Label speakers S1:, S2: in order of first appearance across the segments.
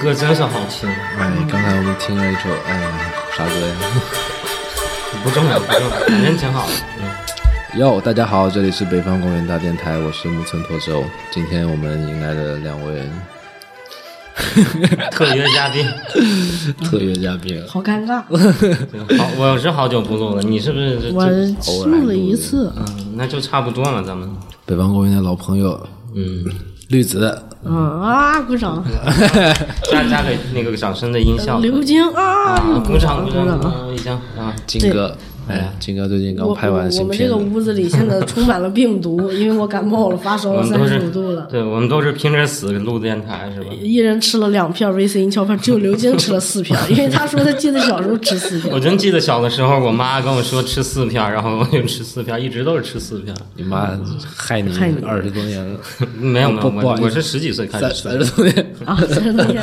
S1: 歌真是好听，
S2: 哎，刚才我们听了一首，哎呀，啥歌呀？
S1: 不重要不重要，反正挺好的。嗯，
S2: 哟，大家好，这里是北方公园大电台，我是木村拓哉。今天我们迎来了两位
S1: 特约嘉宾，
S2: 特约嘉宾，
S3: 好尴尬，
S1: 好，我是好久不录了，你是不是这？
S3: 我
S1: 这
S3: 录了一次，
S1: 嗯，那就差不多了，咱们。
S2: 北方公园的老朋友
S1: 嗯，
S2: 绿子。
S3: 嗯啊，鼓掌，
S1: 加加个那个掌声的音效，
S3: 刘晶啊，
S1: 啊，
S3: 又
S1: 鼓掌鼓掌，
S3: 了。
S1: 啊已经啊，
S2: 金哥，哎呀，金哥最近刚
S3: 我
S2: 拍完
S3: 我
S2: 新
S3: 们这
S2: 片
S3: 个，屋子里现在充满了病毒，因为我感冒了，发烧
S1: 我
S3: 了
S1: 们嗯都
S3: 三
S1: 是
S3: 十五度了，
S1: 对，我们都是拼着死录电台是吧？
S3: 一人吃了两片维 C 银翘片，只有刘晶吃了四片，因为他说他记得小时候吃四片
S1: 我。真记得小的时候，我妈跟我说吃四片儿，然后我就吃四片儿，一直都是吃四片儿。
S2: 你妈害你
S3: 害你
S2: 二十多年 了，
S1: 没有没有，
S2: 不不
S1: 我
S2: 好意思
S1: 我是十几岁开始
S2: 三
S1: 吃
S2: 三十多年。
S3: 啊，三十多天。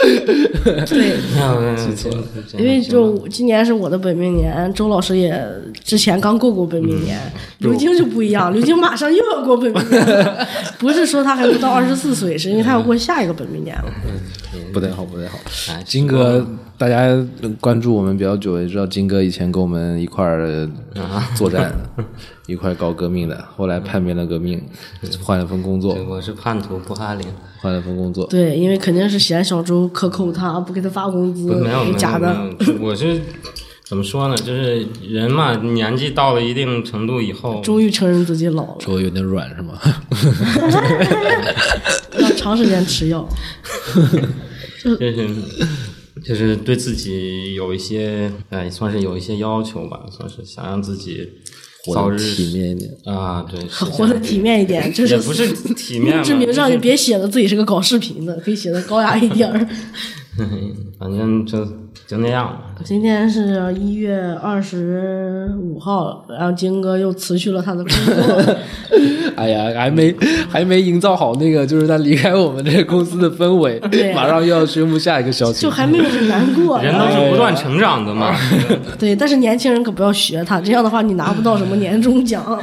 S3: 对，
S1: 没有没有没有真的是这样
S3: 因为就今年是我的本命年，周老师也之前刚过过本命年，刘晶就不一样，刘晶马上又要过本命年了，不是说他还不到二十四岁，是因为他要过下一个本命年了。
S2: 不太好，不太好
S1: 哎。
S2: 金哥，大家关注我们比较久，也知道金哥以前跟我们一块儿
S1: 啊
S2: 作战，一块儿搞革命的，后来
S1: 嗯
S2: 叛变了革命，换了份工 作
S1: 对，我是叛徒不哈林，
S2: 换了份工作。
S3: 对，因为肯定是嫌小周克扣他，不给他发工资，
S1: 没有没有
S3: 假
S1: 没
S3: 的。
S1: 有，就我是怎么说呢？就是人嘛，年纪到了一定程度以后，
S3: 终于承认自己老了，
S2: 手有点软是吗？
S3: 要长时间 吃药。
S1: 就是就是对自己有一些哎，算是有一些要求吧，算是想让自己早
S2: 活得
S1: 日
S2: 体面一点。
S1: 啊，对，是这
S3: 活得
S1: 样
S3: 体面一点，就
S1: 也
S3: 是
S1: 不是体面 吧，
S3: 志明上
S1: 就
S3: 就是别写的自己是个搞视频的，可以写的高雅一点 儿。
S1: 哎反正就就那样吧。
S3: 今天是一月二十五号，然后金哥又辞去了他的工作，
S2: 哎呀，还没还没营造好那个，就是他离开我们这个公司的氛围
S3: 对，啊
S2: 马上又要宣布下一个消息
S3: 就。还没有很难过。
S1: 人
S3: 然
S1: 都
S3: 后
S1: 是不断成长的嘛，
S2: 哎
S3: 对，但是年轻人可不要学他，这样的话你拿不到什么年终 奖。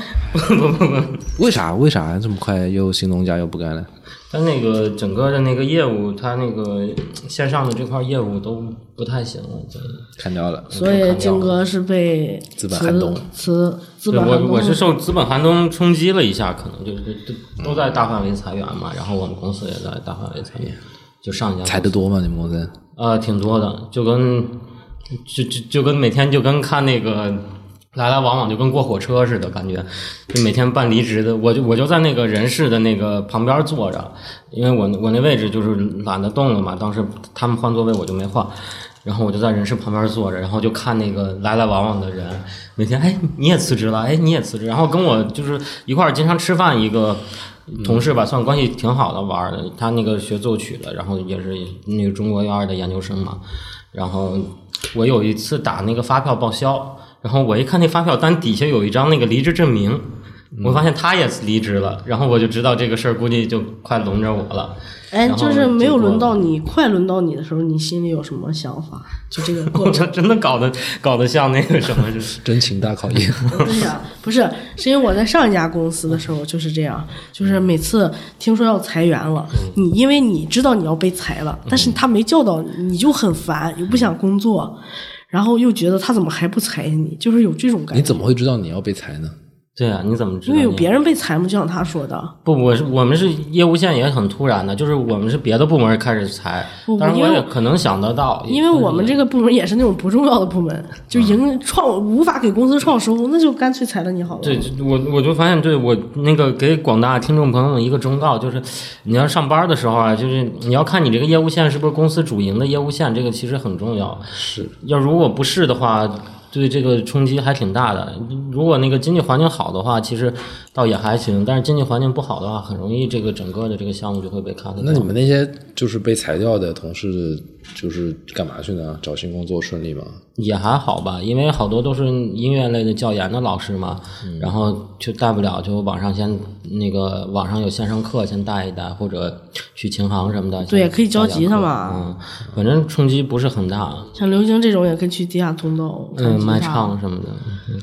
S2: 为啥？为啥这么快又新东家又不干了？
S1: 但那个整个的那个业务，它那个线上的这块业务都不太行了。对
S2: 砍掉了。
S1: 嗯
S3: 所以金哥是被
S2: 资本寒冬
S3: 辞资
S1: 对
S3: 本寒
S1: 我
S3: 冬。
S1: 我是受资本寒冬冲击了一下，可能就是都都在大范围裁员嘛，然后我们公司也在大范围裁员，就上一家
S2: 裁得多吗？你们公司？
S1: 呃挺多的，就跟就就就跟每天就跟看那个来来往往就跟过火车似的感觉，就每天办离职的，我就我就在那个人事的那个旁边坐着，因为我我那位置就是懒得动了嘛，当时他们换座位我就没换。然后我就在人事旁边坐着，然后就看那个来来往往的人，每天哎你也辞职了，哎你也辞职，然后跟我就是一块儿经常吃饭一个同事吧，算关系挺好的玩儿的，他那个学奏曲的，然后也是那个中国院儿的研究生嘛，然后我有一次打那个发票报销，然后我一看那发票单底下有一张那个离职证明，我发现他也离职了，然后我就知道这个事儿估计就快轮着我了。
S3: 哎，
S1: 然后
S3: 就是没有
S1: 结果
S3: 轮到你，快轮到你的时候，你心里有什么想法？就这个过
S1: 我
S3: 程。
S1: 这真的搞得搞得像那个什么似的。
S2: 真情大考 验。
S3: 对呀，不是，是因为我在上一家公司的时候就是这样，就是每次听说要裁员了，
S1: 嗯
S3: 你因为你知道你要被裁了，但是他没叫到你，你就很烦，又不想工作，然后又觉得他怎么还不裁你，就是有这种感
S2: 你
S3: 觉。
S2: 怎么会知道你要被裁呢？
S1: 对啊，你怎么知
S3: 因
S1: 道
S3: 为
S1: 你？
S3: 有别人被裁嘛，就像他说的，
S1: 不，我是我们是业务线也很突然的，就是我们是别的部门开始裁
S3: 不，
S1: 但是
S3: 因
S1: 我
S3: 为
S1: 也可能想得到，
S3: 因为我们这个部门也是那种不重要的部门，
S1: 啊
S3: 就营创无法给公司创收入，那就干脆裁了你好了。
S1: 对，就我我就发现，对我那个给广大听众朋友们一个忠告，就是你要上班的时候啊，就是你要看你这个业务线是不是公司主营的业务线，这个其实很重要。
S2: 是
S1: 要如果不是的话，对这个冲击还挺大的。如果那个经济环境好的话，其实倒也还行；但是经济环境不好的话，很容易这个整个的这个项目就会被卡
S2: 那
S1: 掉。
S2: 你们那些就是被裁掉的同事，就是干嘛去呢？找新工作顺利吗？
S1: 也还好吧，因为好多都是音乐类的教研的老师嘛，然后就带不了，就网上先那个网上有线上课先带一带，或者去琴行什么的。
S3: 对
S1: 先
S3: 可以教吉他嘛
S1: 带点课嗯，反正冲击不是很大。
S3: 像刘晶这种也可以去地下通道。
S1: 嗯，卖
S3: 唱。
S1: 唱什么的，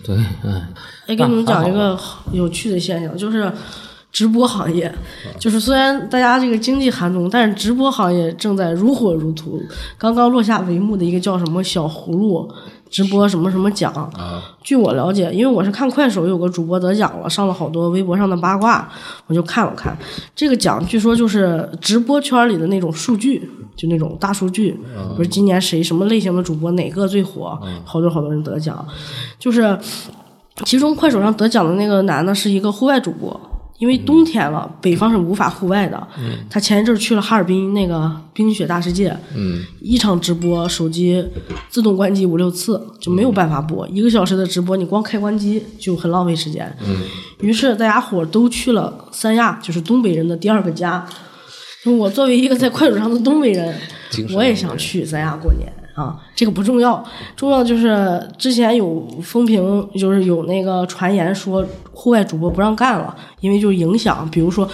S1: 对，哎，
S3: 哎，跟你们
S1: 啊还啊
S3: 讲一
S1: 好
S3: 个有趣的现象，就是直播行业， 就是虽然大家这个经济寒冬，但是直播行业正在如火如荼。刚刚落下帷幕的一个叫什么“小葫芦”直播什么什么奖，
S1: 啊
S3: 据我了解，因为我是看快手有个主播得奖了，上了好多微博上的八卦，我就看了看这个奖，据说就是直播圈里的那种数据，就那种大数据，
S1: 啊
S3: 不是今年谁什么类型的主播哪个最火，好多好多人得奖，就是。其中快手上得奖的那个男的是一个户外主播，因为冬天了，北方是无法户外的。他前一阵儿去了哈尔滨那个冰雪大世界，一场直播手机自动关机五六次，就没有办法播、一个小时的直播，你光开关机就很浪费时间。于是大家伙儿都去了三亚，就是东北人的第二个家。我作为一个在快手上的东北人，我也想去三亚过年啊。这个不重要，重要就是之前有风评，就是有那个传言说户外主播不让干了，因为就是影响，比如说。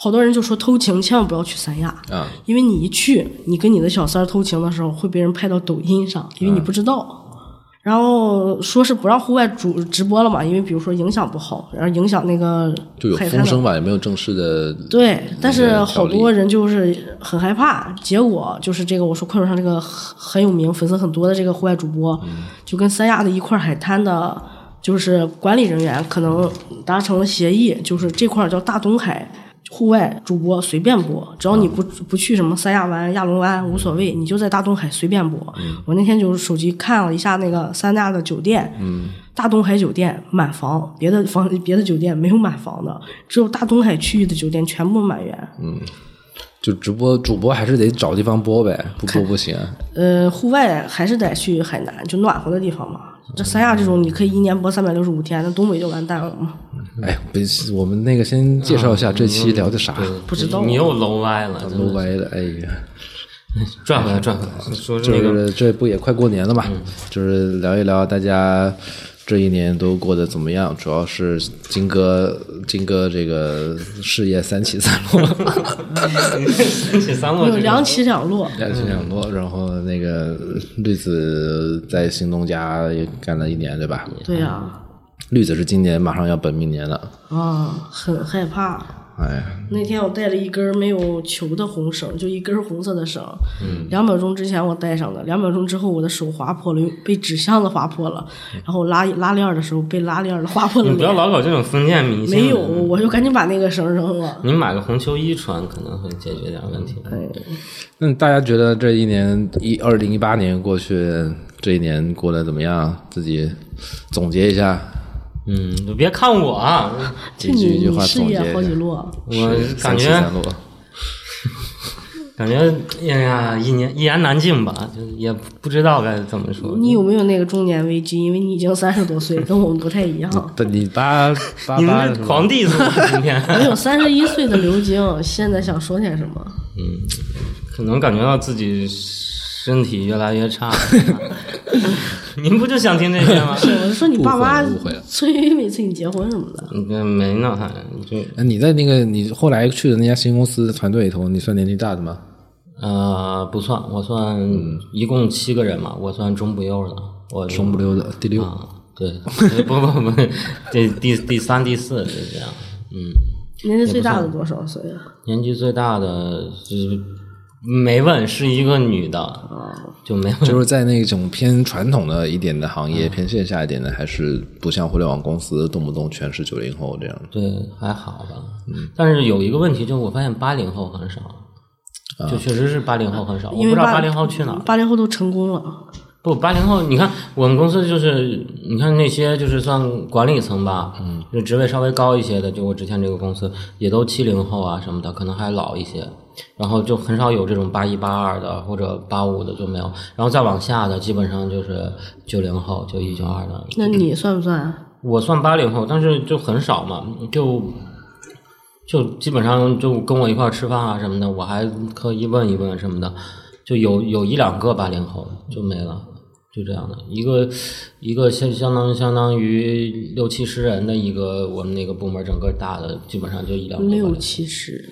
S3: 好多人就说偷情千万不要去三亚，
S2: 啊
S3: 因为你一去，你跟你的小三儿偷情的时候会被人拍到抖音上，因
S2: 嗯
S3: 为你不知道。然后说是不让户外主直播了嘛，因为比如说影响不好，然后影响那个
S2: 就有
S3: 海滩
S2: 风
S3: 的
S2: 声吧，也没有正式的
S3: 对，但是
S2: 个
S3: 好
S2: 条例
S3: 多人就是很害怕，结果就是这个我说快手上这个很很有名、粉丝很多的这个户外主播，就跟三亚的一块海滩的，就是管理人员可能达成了协议，就是这块儿叫大东海。户外主播随便播，只要你不不去什么三亚湾、亚龙湾无所谓，你就在大东海随便播。我那天就是手机看了一下那个三亚的酒店，大东海酒店满房，别的房别的酒店没有满房的，只有大东海区域的酒店全部满员。
S2: 就直播主播还是得找地方播呗，不播不行啊。
S3: 呃，户外还是得去海南，就暖和的地方嘛。这三亚这种你可以一年播三百六十五天，那东北就完蛋了嘛。
S2: 哎，不是，我们那个先介绍一下这期聊的啥，
S3: 不知道
S1: 你又楼歪了，真的
S2: 都歪的。哎呀，
S1: 转回来转回来，说
S2: 就
S1: 那个
S2: 是嗯这不嗯也快过年了嘛，就是聊一聊大家这一年都过得怎么样，主要是金哥金哥这个事业三起三落。
S1: 三起三落
S3: 有
S1: 哦这
S3: 两
S1: 个，
S3: 起两落，
S2: 两起
S1: 嗯
S2: 两落，然后那个绿子在新东家也干了一年，对吧？
S3: 对呀、
S2: 绿子是今年马上要本命年了，
S3: 啊，很害怕。
S2: 哎呀，
S3: 那天我带了一根没有球的红绳，就一根红色的绳。两秒钟之前我戴上的，两秒钟之后我的手划破了，又被纸箱子划破了。然后我拉拉链的时候被拉链的划破了
S1: 你不要
S3: 脸。
S1: 老搞这种封建迷信。
S3: 没有，我就赶紧把那个绳扔了。
S1: 你买个红秋衣穿可能会解决点问题。
S2: 那大家觉得这一年一二零一八年过去，这一年过得怎么样？自己总结一下，
S1: 嗯，你别看我啊，
S3: 这
S2: 一句一
S3: 你
S2: 句
S3: 你
S2: 话
S3: 事
S2: 总结
S3: 业好
S2: 一
S3: 几
S2: 下。
S3: 落，
S1: 我
S2: 是
S1: 感
S2: 三起
S1: 觉
S2: 三落，
S1: 感觉，哎呀，一年一言难尽吧，就也不知道该怎么说。
S3: 你有没有那个中年危机？因为你已经三十多岁，跟我们不太一样。
S2: 但你八八
S1: 你
S2: 八
S1: 们
S2: 是
S1: 是
S2: 吧？
S1: 狂 diss 我今天，
S3: 我有三十一岁的刘晶，现在想说点什么？
S1: 可能感觉到自己身体越来越差。 您不就想听这些吗？
S3: 我是说你爸
S1: 啊
S2: 误会
S3: 妈
S2: 了误会了
S3: 催 每次你结婚什么的。
S1: 你这没呢，还就
S2: 那哎你在那个你后来去的那家新公司的团队里头，你算年龄大的吗？
S1: 呃不算，我算一共七个人嘛，我算中不优的，我
S2: 中不溜的第六，
S1: 啊，对，不不不，这第第三第四是这样，嗯。
S3: 年纪最大的多少岁啊？
S1: 年纪最大的就是没问，是一个女的，
S3: 啊
S1: 就没问。
S2: 就是在那种偏传统的一点的行业，偏线下一点的，还是不像互联网公司动不动全是九零后这样。
S1: 对，还好吧。嗯但是有一个问题，就是我发现八零后很少，就确实是八零后很少。我
S3: 啊因
S1: 不
S3: 为
S1: 知道
S3: 八
S1: 八零后去哪儿。
S3: 八零后都成功了，
S1: 不，八零后，你看我们公司就是，你看那些就是算管理层吧，嗯，就职位稍微高一些的，就我之前这个公司也都七零后啊什么的，可能还老一些，然后就很少有这种八一八二的或者八五的就没有，然后再往下的基本上就是九零后、九一、九二的，
S3: 那你算不算？
S1: 我算八零后，但是就很少嘛，就就基本上就跟我一块儿吃饭啊什么的，我还可以问一问什么的，就有有一两个八零后就没了，就这样的一个一个相相当相当于六七十人的一个我们那个部门整个大的基本上就一两个吧
S3: 六七十，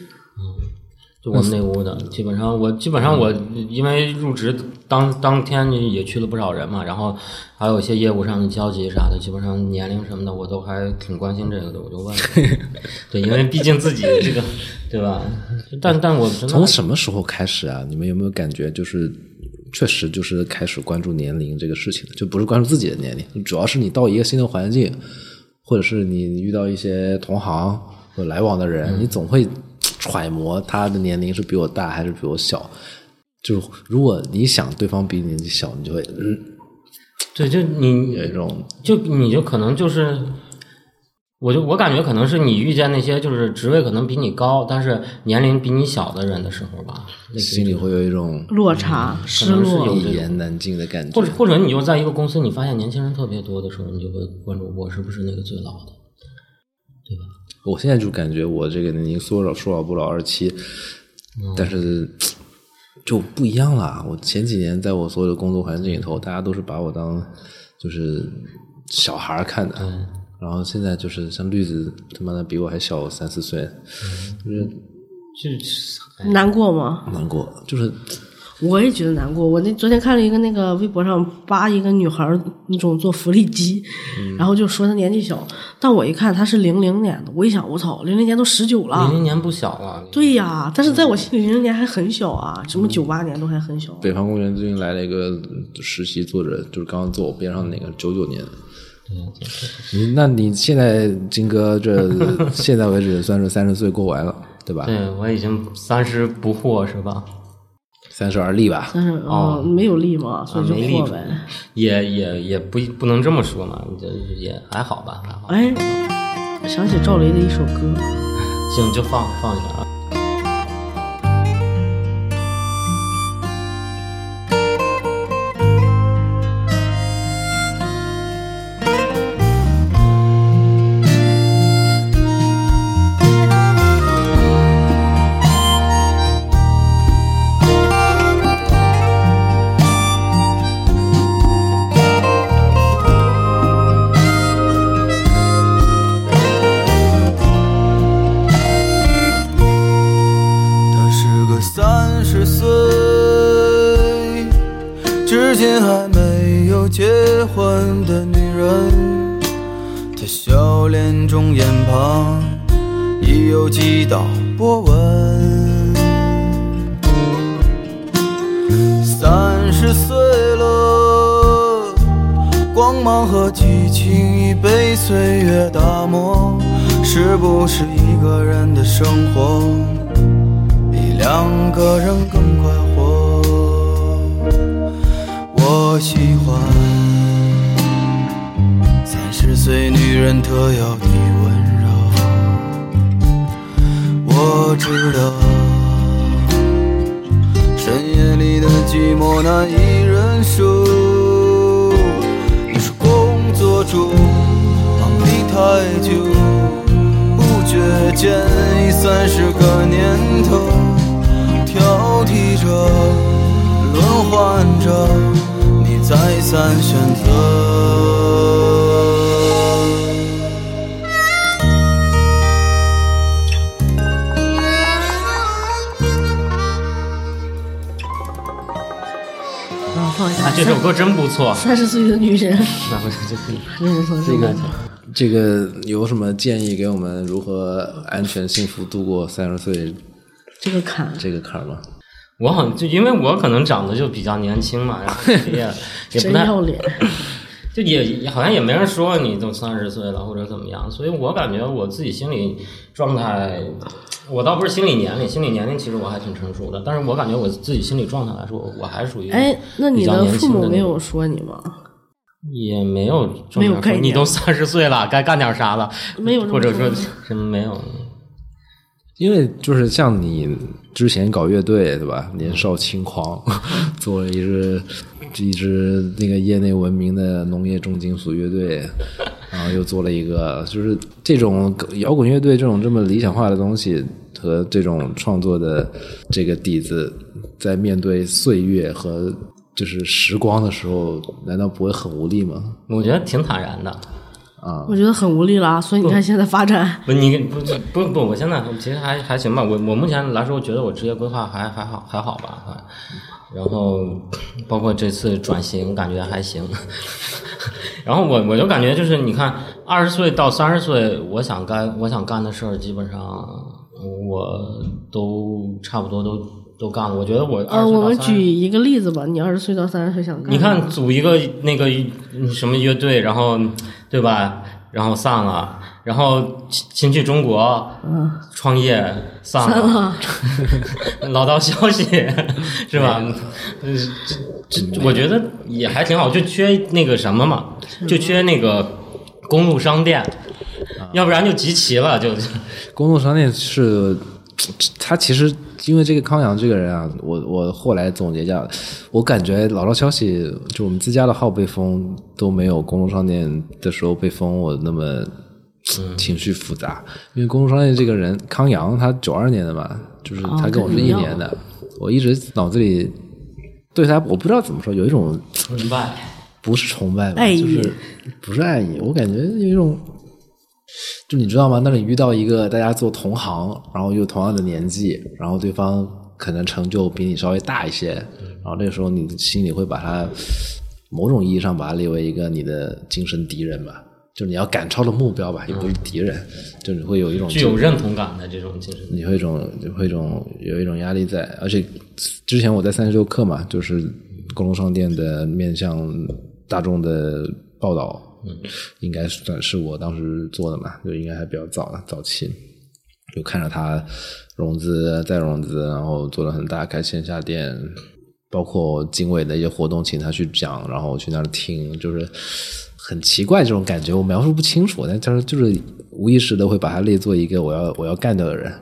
S1: 就我们那屋的，基本上我基本上我因为入职当当天也去了不少人嘛，然后还有一些业务上的交集啥的，基本上年龄什么的我都还挺关心这个的，我就问了，对，因为毕竟自己这个对吧？但但我真的
S2: 从什么时候开始啊？你们有没有感觉就是？确实就是开始关注年龄这个事情了，就不是关注自己的年龄，主要是你到一个新的环境，或者是你遇到一些同行或者来往的人，你总会揣摩他的年龄是比我大还是比我小。就如果你想对方比你小，你就会嗯
S1: 对，就你
S2: 有一种
S1: 就你就可能就是，我就我感觉可能是你遇见那些就是职位可能比你高，但是年龄比你小的人的时候吧，类似于
S2: 心里会有一种
S3: 落差、失
S1: 能是有
S3: 落，
S1: 这种
S2: 一言难尽的感觉
S1: 或。者或者你就在一个公司，你发现年轻人特别多的时候，你就会关注我是不是那个最老的。
S2: 我现在就感觉我这个年龄说老说老不老二七，
S1: 嗯
S2: 但是就不一样了。啊我前几年在我所有的工作环境里头，大家都是把我当就是小孩儿看的，
S1: 嗯
S2: 然后现在就是像绿子他妈的比我还小三四岁，就是
S1: 就是
S3: 难过吗？
S2: 难过，就是
S3: 我也觉得难过。我那昨天看了一个那个微博上扒一个女孩儿那种做福利机，
S1: 嗯
S3: 然后就说她年纪小，但我一看她是零零年的，我一想我操，零零年都十九
S1: 零
S3: 了。
S1: 零年不嗯小了，
S3: 对呀，但是在我心里，零零年还很小啊，什么九八年都还很小。
S2: 北方公园最近来了一个实习作者，就是刚刚坐我边上那个九九年的。你那你现在金哥这现在为止算是三十岁过完了，对吧？
S1: 对我已经三十不惑是吧？
S2: 三十而立吧。
S3: 但是嗯，没有力嘛，所以
S1: 哦
S3: 就
S1: 啊没力
S3: 过呗。
S1: 也也也不不能这么说嘛，这也还好吧，还好。
S3: 哎，想起赵雷的一首歌，
S1: 行，就放放一下啊。
S4: 他是个三十岁，至今还没有结婚的女人。她笑脸中眼旁已有几道波纹。三十岁了，光芒和激情已被岁月打磨，是不是一个人的生活？比两个人更快活。我喜欢三十岁女人特有的温柔。我知道深夜里的寂寞难以忍受。你是工作中忙得太久。不觉间已三十个年头，挑剔着，轮换着，你再三选择。
S3: 啊，放一下
S1: 啊，。这首歌真不错，
S3: 三十岁的 女人，
S1: 那不是就是
S3: 真不错，这个
S2: 这个有什么建议给我们如何安全幸福度过三十岁
S3: 这个坎，
S2: 这个坎儿吗？
S1: 我好像就因为我可能长得就比较年轻嘛，然后 也也
S3: 真
S1: 不太
S3: 要脸。
S1: 就也也好像也没人说你都三十岁了或者怎么样，所以我感觉我自己心理状态，我倒不是心理年龄，心理年龄其实我还挺成熟的，但是我感觉我自己心理状态来说，我还属于
S3: 哎，那你
S1: 比较
S3: 的
S1: 年
S3: 父
S1: 轻的
S3: 母
S1: 那
S3: 没
S1: 种
S3: 有说你吗？
S1: 也没有正
S3: 没有
S1: 常
S3: 概
S1: 说你
S3: 念
S1: 都三十岁了，该干点啥了，
S3: 没有这么
S1: 或者
S3: 说
S1: 说什么没有，
S2: 因为就是像你之前搞乐队对吧？年少轻狂，做了一支一支那个业内闻名的农业重金属乐队，然后又做了一个就是这种摇滚乐队这种这么理想化的东西和这种创作的这个底子，在面对岁月和就是时光的时候，难道不会很无力吗？
S1: 我觉得挺坦然的。
S2: 啊
S3: 我觉得很无力了啊。所以你看现在发展，
S1: 不，你不不不，我现在其实还还行吧。我我目前来说，我觉得我职业规划还还好还好吧。啊，然后包括这次转型，感觉还行。 然后我我就感觉就是，你看二十岁到三十岁，我想干我想干的事儿，基本上我都差不多都都干过。我觉得我二
S3: 呃，
S1: 十
S3: 我
S1: 到
S3: 们
S1: 三
S3: 举一个例子吧，你二十岁到三十岁想干，
S1: 你 看组一个那个什么乐队，然后对吧？然后散了，然后亲亲去中国，创业散了，老道消息是吧？嗯这这我觉得也还挺好，就缺那个什么嘛，就缺那个公路商店，要不然就集齐了，就
S2: 公路商店是，他其实因为这个康阳这个人啊，我我后来总结一下，我感觉老道消息就我们自家的号被封都没有公路商店的时候被封我那么
S3: 嗯
S2: 情绪复杂，因为公路商店这个人康阳他九二年的嘛，就是
S3: 哦
S2: 他跟我是
S3: 跟你
S2: 一
S3: 一样
S2: 年的，我一直脑子里对他我不知道怎么说，有一种
S1: 明白。
S2: 不是崇拜吧，
S3: 爱意
S2: 就是不是爱意，我感觉有一种，就你知道吗？那你遇到一个大家做同行，然后又同样的年纪，然后对方可能成就比你稍微大一些，然后那个时候你心里会把他某种意义上把他列为一个你的精神敌人吧，就你要赶超的目标吧，也不是敌人，就你会有一种
S1: 具有认同感的这种精神，
S2: 你会一种你会一种有一种压力在，而且之前我在三十六氪嘛，就是公路商店的面向大众的报道，嗯，应该算是我当时做的嘛，就应该还比较早了，早期就看着他融资再融资，然后做的很大，开线下店，包括经纬的一些活动，请他去讲，然后我去那儿听，就是很奇怪这种感觉，我描述不清楚，但就是就是无意识的会把他列作一个我要我要干掉的人，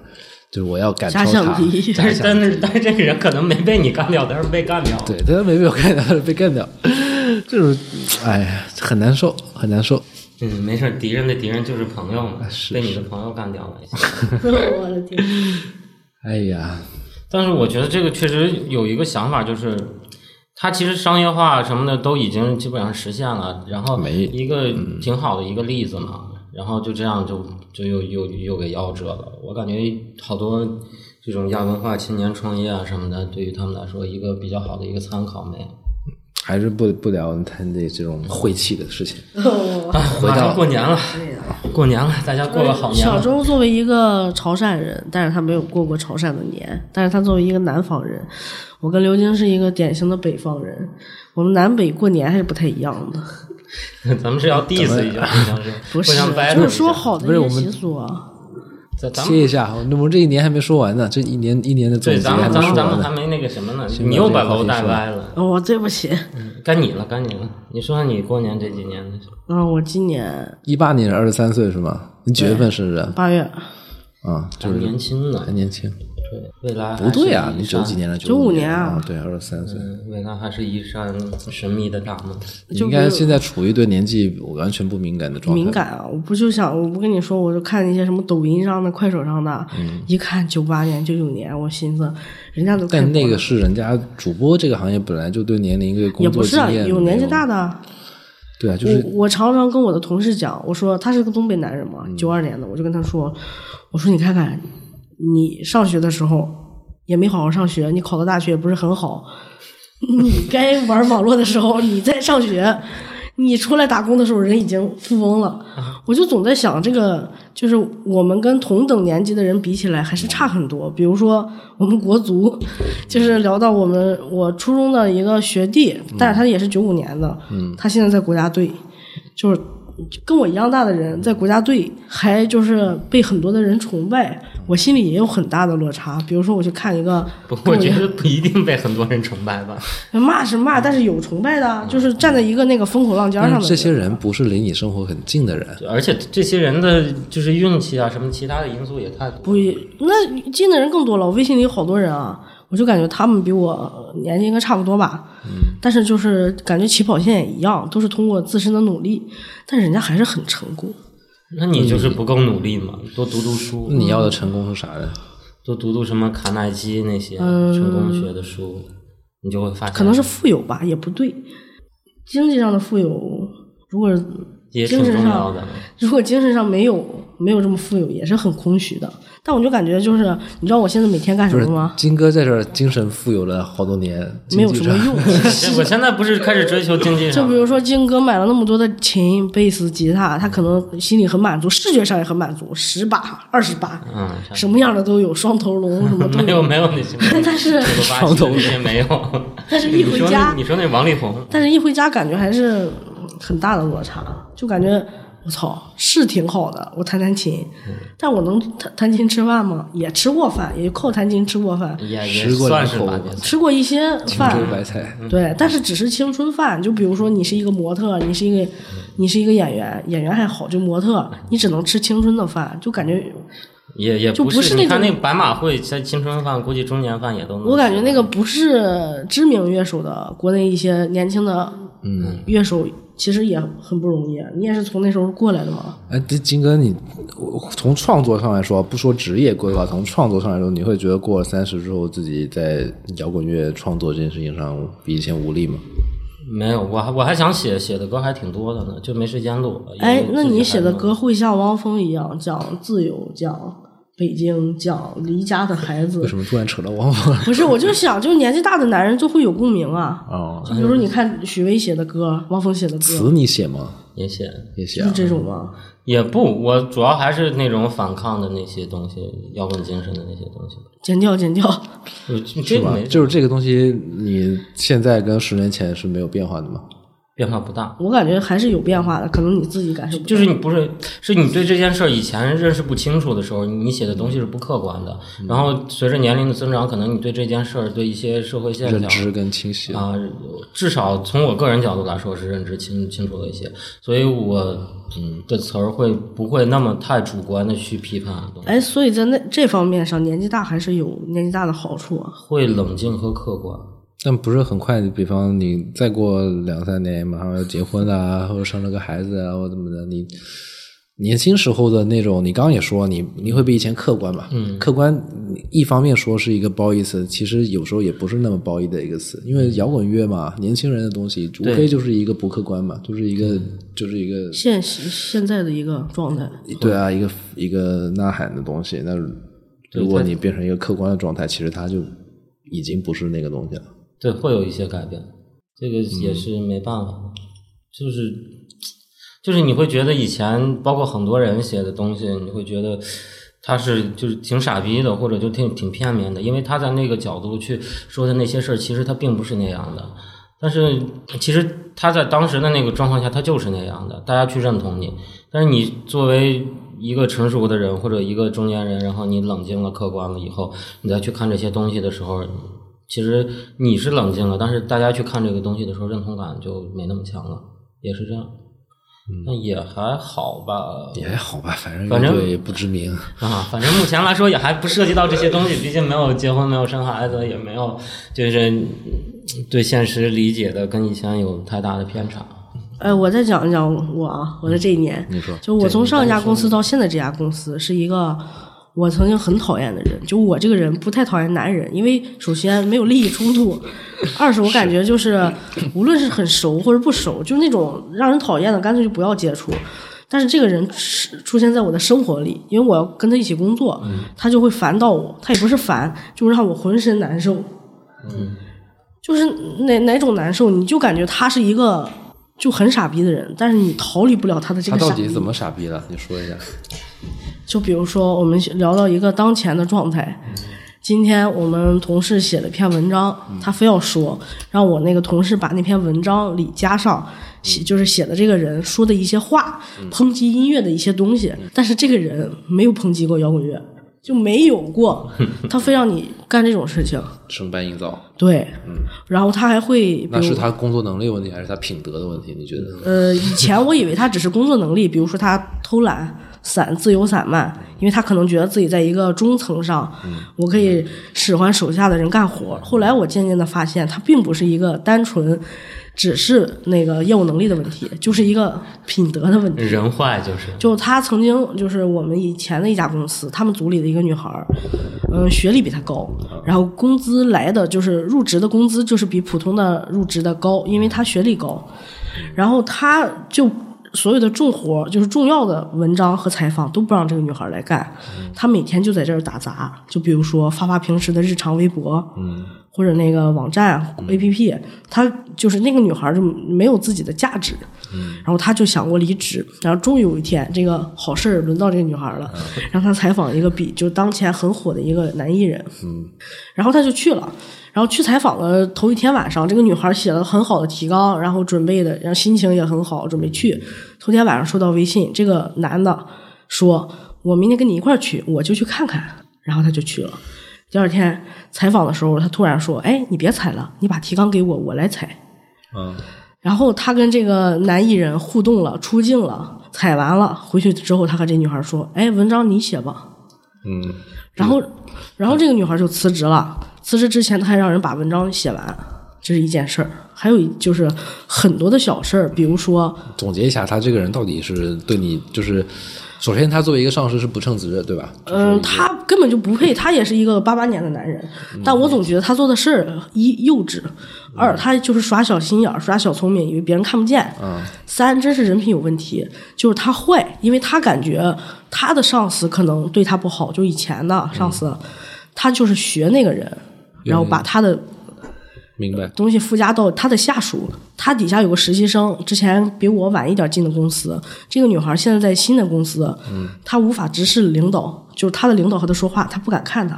S2: 就是我要赶超
S3: 假
S2: 他
S3: 想。敌，
S1: 但 是但是但是这个人可能没被你干掉，但是被干掉了。
S2: 对，但他没被我干掉，被干掉， 这种，哎呀，很难受，很难受。
S1: 嗯，没事儿，敌人的敌人啊就是朋友嘛，
S2: 是
S1: 被你的朋友干掉了。
S3: 我的天，
S2: 哎呀，
S1: 但是我觉得这个确实有一个想法，就是它其实商业化什么的都已经基本上实现了，然后
S2: 没
S1: 一个
S3: 嗯
S1: 挺好的一个例子嘛，然后就这样就就又又又给夭折了。我感觉好多这种亚文化青年创业啊什么的，对于他们来说一个比较好的一个参考没有。
S2: 还是不不聊谈这这种晦气的事情。
S1: 啊，马上过年了，过年了，大家过个好年
S3: 小
S1: 吧。
S3: 周作为一个潮汕人，但是他没有过过潮汕的年，但是他作为一个南方人，我跟刘晶是一个典型的北方人，我们南北过年还是不太一样的，
S1: 咱们是要 diss 一 下，互相是
S3: 不是
S1: 互相 battle 一下，
S3: 就是说好的
S2: 不是
S3: 一
S2: 我
S3: 些
S2: 们
S3: 习俗啊。
S1: 咱咱们
S2: 切一下，那我这一年还没说完呢，这一年一年的总
S1: 对，
S2: 结
S1: 咱
S2: 还
S1: 们
S2: 没
S1: 咱
S2: 说
S1: 们咱们
S2: 完
S1: 还
S2: 呢。
S1: 没那个什么呢，
S2: 行吧
S1: 你又把
S2: 这个话
S1: 楼
S2: 题
S1: 带
S2: 说
S1: 歪了，
S3: 哦，对不起，
S1: 该你了，该你了。你说说你过年这几年的事，
S3: 嗯，我今年
S2: 一八年二十三岁是吗？你几月份生日啊？
S3: 八月
S2: 啊，
S1: 还
S2: 就是
S1: 年轻呢
S2: 还，年轻。
S1: 对，未来
S2: 不对
S1: 还
S2: 啊
S1: 是，
S2: 你
S1: 一
S2: 九
S1: 扇
S2: 几？年了？
S3: 95
S2: 年哦
S3: 年啊
S2: 对，二十三岁。
S1: 嗯未来还是一扇神秘的大门。
S2: 你
S3: 就
S2: 应
S3: 比
S2: 该
S3: 如
S2: 现在处于对年纪完全不敏感的状态。
S3: 敏感啊，我不就想，我不跟你说，我就看那些什么抖音上的、快手上的，
S2: 嗯
S3: 一看九八年、九九年，我寻思人家都开
S2: 但那
S3: 播
S2: 个
S3: 了
S2: 是人家主播这个行业本来就对年龄跟
S3: 也
S2: 工
S3: 不
S2: 作
S3: 是
S2: 经
S3: 啊，
S2: 验
S3: 有年纪大的啊。
S2: 对啊，就是
S3: 我我常常跟我的同事讲，我说他是个东北男人
S2: 嗯
S3: 嘛，九二年的，我就跟他说，我说你看看，你上学的时候也没好好上学，你考的大学也不是很好， 你该玩网络的时候你在上学，你出来打工的时候人已经富翁了，我就总在想这个，就是我们跟同等年纪的人比起来还是差很多。比如说我们国足，就是聊到我们我初中的一个学弟，但是他也是九五年的，他现在在国家队，就是跟我一样大的人在国家队还就是被很多的人崇拜，我心里也有很大的落差。比如说我去看一个
S1: 不，
S3: 跟
S1: 我
S3: 我一
S1: 觉
S3: 样
S1: 得不一定被很多人崇拜吧。
S3: 骂是骂，但是有崇拜的啊，就是站在一个那个风口浪尖上的
S2: 但
S3: 人
S2: 是这些人不是离你生活很近的人，
S1: 而且这些人的就是运气啊，什么其他的因素也太多
S3: 不
S1: 了。
S3: 一，那进的人更多了。我微信里有好多人啊，我就感觉他们比我年纪应该差不多吧。
S2: 嗯
S3: 但是就是感觉起跑线也一样，都是通过自身的努力，但人家还是很成功。
S1: 那你就是
S2: 嗯
S1: 不够努力嘛，多读读书，
S3: 嗯
S2: 你要的成功是啥呢？
S1: 多读读什么卡耐基那些
S2: 呃
S1: 成功学的书，你就会发现
S3: 可能是富有吧，也不对。经济上的富有，如果
S1: 也挺重要的。
S3: 如果精神上没有没有这么富有，也是很空虚的。但我就感觉就是，你知道我现在每天干什
S2: 就是
S3: 么吗？
S2: 金哥在这儿精神富有了好多年，
S3: 没有什么
S2: 经济
S3: 用。
S1: 我现在不是开始追求经济
S3: 就
S1: 上
S3: 比，如说，金哥买了那么多的琴、贝斯、吉他，他可能心里很满足，视觉上也很满足，十把、二十把，
S1: 嗯，
S3: 什么样的都有，双头龙什么都
S1: 没有没有那些，
S3: 但是
S1: 双头那些没有。
S3: 但是 一回家
S1: 你说那你说那王力宏，
S3: 但是一回家感觉还是很大的落差，就感觉我操是挺好的，我弹弹琴，
S1: 嗯
S3: 但我能弹弹琴吃饭吗？也吃过饭，也靠弹琴吃过饭，
S1: 也也
S2: 时过
S1: 算
S2: 两
S1: 是
S2: 口
S1: 吧，
S3: 吃过一些 饭
S2: 州，白菜，
S3: 对，但是只是青春饭。就比如说你是一个模特，你是一个
S2: 嗯
S3: 你是一个演员，演员还好，就模特你只能吃青春的饭，就感觉
S2: 嗯
S1: 也也
S3: 就不是
S1: 是。
S3: 那
S1: 你看
S3: 种
S1: 那白马汇，在青春饭，估计中年饭也都能吃。
S3: 我感觉那个不是知名乐手的，国内一些年轻的
S2: 嗯
S3: 嗯乐手其实也很不容易。啊你也是从那时候过来的嘛？
S2: 哎，这金哥你，我从创作上来说，不说职业规划，从创作上来说，你会觉得过了三十之后，自己在摇滚乐创作这件事情上比以前无力吗？
S1: 没有，我还我还想写写的歌还挺多的呢，就没时间录。
S3: 哎
S1: 因为，
S3: 那
S1: 自己
S3: 你
S1: 还
S3: 写的
S1: 弄
S3: 歌会像汪峰一样讲自由，讲北京，讲离家的孩子
S2: 为？什么突然扯到汪峰？
S3: 不是，我就想，就年纪大的男人就会有共鸣啊。
S2: 哦，
S3: 就比如你看许巍写的歌，汪峰写的歌，
S2: 词你写吗？
S1: 也写，
S2: 也写
S3: 就是
S2: 啊。
S3: 这种吗？
S1: 也不，我主要还是那种反抗的那些东西，摇滚精神的那些东西。
S3: 剪掉，剪掉。
S1: 我这
S2: 是
S1: 这个
S2: 吧？
S1: 没
S2: 啊就是这个东西，你现在跟十年前是没有变化的吗？
S1: 变化不大，
S3: 我感觉还是有变化的，可能你自己感受不到。
S1: 就是你不是，是你对这件事儿以前认识不清楚的时候，你写的东西是不客观的。
S2: 嗯
S1: 然后随着年龄的增长，可能你对这件事儿、对一些社会现
S2: 认
S1: 象
S2: 知跟清晰了。
S1: 啊、至少从我个人角度来说是认知清清楚了一些，所以我嗯的词儿会不会那么太主观的去批判啊东西，
S3: 哎，所以在那这方面上，年纪大还是有年纪大的好处啊。
S1: 会冷静和客观。
S2: 但不是很快，比方你再过两三年，马上要结婚啦，或者生了个孩子啊，或者怎么的，你年轻时候的那种，你刚刚也说你你会比以前客观嘛？嗯，客观一方面说是一个褒义词，其实有时候也不是那么褒义的一个词，因为摇滚乐嘛，年轻人的东西无非就是一个不客观嘛，就是一个就是一个
S3: 现现在的一个状态，
S2: 对啊，一个一个呐喊的东西。那如果你变成一个客观的状态，其实它就已经不是那个东西了。
S1: 对，会有一些改变，这个也
S2: 嗯
S1: 是没办法，就是就是你会觉得以前包括很多人写的东西，你会觉得他是就是挺傻逼的，或者就挺挺片面的，因为他在那个角度去说的那些事儿，其实他并不是那样的。但是其实他在当时的那个状况下，他就是那样的，大家去认同你。但是你作为一个成熟的人或者一个中年人，然后你冷静了、客观了以后，你再去看这些东西的时候，其实你是冷静了，但是大家去看这个东西的时候，认同感就没那么强了，也是这样。那也还好吧，
S2: 也还好吧，反正
S1: 反正
S2: 乐队也不知名。
S1: 啊，反正目前来说也还不涉及到这些东西，毕竟没有结婚，没有生孩子，也没有就是嗯对现实理解的跟以前有太大的偏差。啊
S3: 哎，我再讲一讲我啊，我的这一年，
S2: 嗯你说
S3: 就我从上一家公司到现在这家公司，是一个我曾经很讨厌的人。就我这个人不太讨厌男人，因为首先没有利益冲突，二是我感觉就是无论是很熟或者不熟，就是那种让人讨厌的，干脆就不要接触。但是这个人是出现在我的生活里，因为我要跟他一起工作，
S2: 嗯
S3: 他就会烦到我。他也不是烦，就让我浑身难受。
S2: 嗯
S3: 就是哪哪种难受，你就感觉他是一个就很傻逼的人，但是你逃离不了他的这
S2: 他
S3: 个
S2: 到
S3: 傻
S2: 底
S3: 逼。
S2: 怎么傻逼了？你说一下。
S3: 就比如说，我们聊到一个当前的状态，今天我们同事写了篇文章，他非要说让我那个同事把那篇文章里加上写，
S2: 嗯
S3: 就是写的这个人说的一些话，抨击音乐的一些东西，但是这个人没有抨击过摇滚乐，就没有 过，他非让你干这种事情，
S2: 生搬硬造，
S3: 对，然后他还会，
S2: 嗯那
S3: 比
S2: 是
S3: 如
S2: 他工作能力问题，还是他品德的问题？你觉得？
S3: 呃，以前我以为他只是工作能力，比如说他偷懒、散、自由散漫，因为他可能觉得自己在一个中层上，我可以使唤手下的人干活。后来我渐渐的发现，他并不是一个单纯只是那个业务能力的问题，就是一个品德的问题。
S1: 人坏就是，
S3: 就他曾经就是我们以前的一家公司，他们组里的一个女孩儿，嗯，学历比他高，然后工资来的就是入职的工资就是比普通的入职的高，因为他学历高，然后他就所有的重活，就是重要的文章和采访都不让这个女孩来干，她每天就在这儿打杂，就比如说发发平时的日常微博，嗯，或者那个网站 APP，她就是那个女孩就没有自己的价值，嗯，然后她就想过离职，然后终于有一天这个好事儿轮到这个女孩了，让她采访一个比就当前很火的一个男艺人，然后他就去了。然后去采访的头一天晚上，这个女孩写了很好的提纲，然后准备的，然后心情也很好，准备去。头天晚上收到微信，这个男的说：“我明天跟你一块儿去，我就去看看。”然后他就去了。第二天采访的时候，他突然说：“哎，你别采了，你把提纲给我，我来采。”
S2: 嗯，
S3: 然后他跟这个男艺人互动了，出镜了，采完了，回去之后，他和这女孩说：“哎，文章你写吧。”
S2: 嗯，
S3: 然后，然后这个女孩就辞职了。辞职之前，她还让人把文章写完，这是一件事儿。还有一就是很多的小事儿，比如说，
S2: 总结一下，他这个人到底是对你就是，首先他作为一个上司是不称职的，对吧？
S3: 嗯，他根本就不配，他也是一个八八年的男人。但我总觉得他做的事儿一幼稚，二他就是耍小心眼儿、耍小聪明，以为别人看不见。三真是人品有问题，就是他坏，因为他感觉他的上司可能对他不好，就以前的上司，他就是学那个人，然后把他的
S2: 明白？
S3: 东西附加到他的下属，他底下有个实习生，之前比我晚一点进的公司，这个女孩现在在新的公司，
S2: 嗯
S3: 她无法直视领导，就是她的领导和她说话，她不敢看她。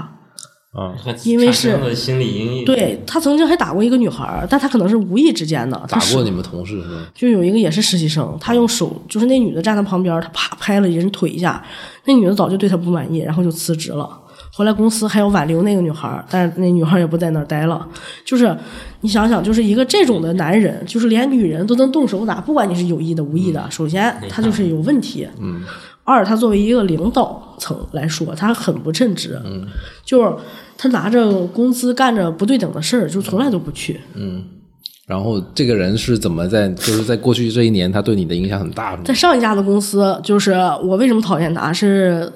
S2: 啊，
S3: 因为是
S1: 产生了心理阴影。，
S3: 对她曾经还打过一个女孩，但她可能是无意之间的，
S2: 打
S3: 她
S2: 过
S3: 手
S2: 你们同事是吗？
S3: 就有一个也是实习生，她用手就是那女的站在旁边，她啪拍了人腿一下，那女的早就对她不满意，然后就辞职了。回来公司还要挽留那个女孩，但是那女孩也不在那儿待了。就是你想想，就是一个这种的男人，就是连女人都能动手打，不管你是有意的无意的，首先他就是有问题。嗯。二，他作为一个领导层来说，他很不称职。嗯。就是他拿着工资干着不对等的事儿，就从来都不去。
S2: 然后这个人是怎么在就是在过去这一年，他对你的影响很大是吗
S3: 在上一家的公司，就是我为什么讨厌他是。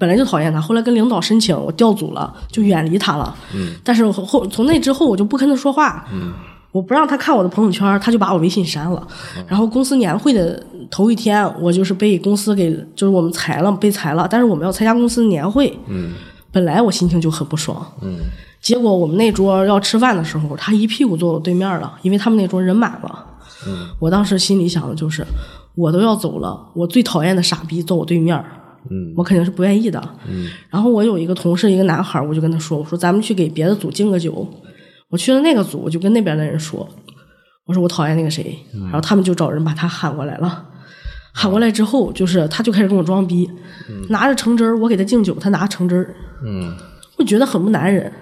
S3: 本来就讨厌他，后来跟领导申请，我调组了，就远离他了。嗯，但是我后从那之后，我就不跟他说话。嗯，我不让他看我的朋友圈，他就把我微信删了。然后公司年会的头一天，我就是被公司给就是我们裁了，被裁了。但是我们要参加公司年会。嗯，本来我心情就很不爽。嗯，结果我们那桌要吃饭的时候，他一屁股坐我对面了，因为他们那桌人满了。我当时心里想的就是，我都要走了，我最讨厌的傻逼坐我对面嗯，我肯定是不愿意的。嗯，然后我有一个同事，一个男孩儿，我就跟他说，我说咱们去给别的组敬个酒。我去了那个组，我就跟那边的人说，我说我讨厌那个谁，然后他们就找人把他喊过来了。喊过来之后，就是他就开始跟我装逼，拿着橙汁儿，我给他敬酒，他拿橙汁儿，嗯，我觉得很不男人。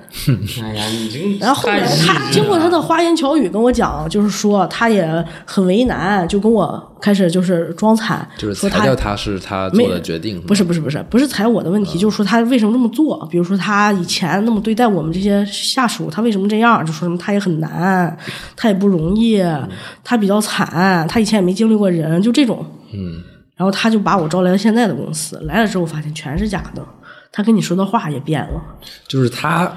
S1: 哎呀，你这个
S3: 然后后来
S1: 太细致
S3: 他
S1: 了
S3: 经过他的花言巧语跟我讲，就是说他也很为难，就跟我开始就是装惨，
S2: 就是
S3: 说
S2: 裁
S3: 他
S2: 掉他是他
S3: 没
S2: 做的决定，
S3: 不是不是不是不是踩我的问
S2: 嗯
S3: 题，就是说他为什么这么做？比如说他以前那么对待我们这些下属，他为什么这样？就说什么他也很难，他也不容易，
S2: 嗯
S3: 他比较惨，他以前也没经历过人，就这种。
S2: 嗯，
S3: 然后他就把我招来了现在的公司，来了之后发现全是假的，他跟你说的话也变了。
S2: 就是他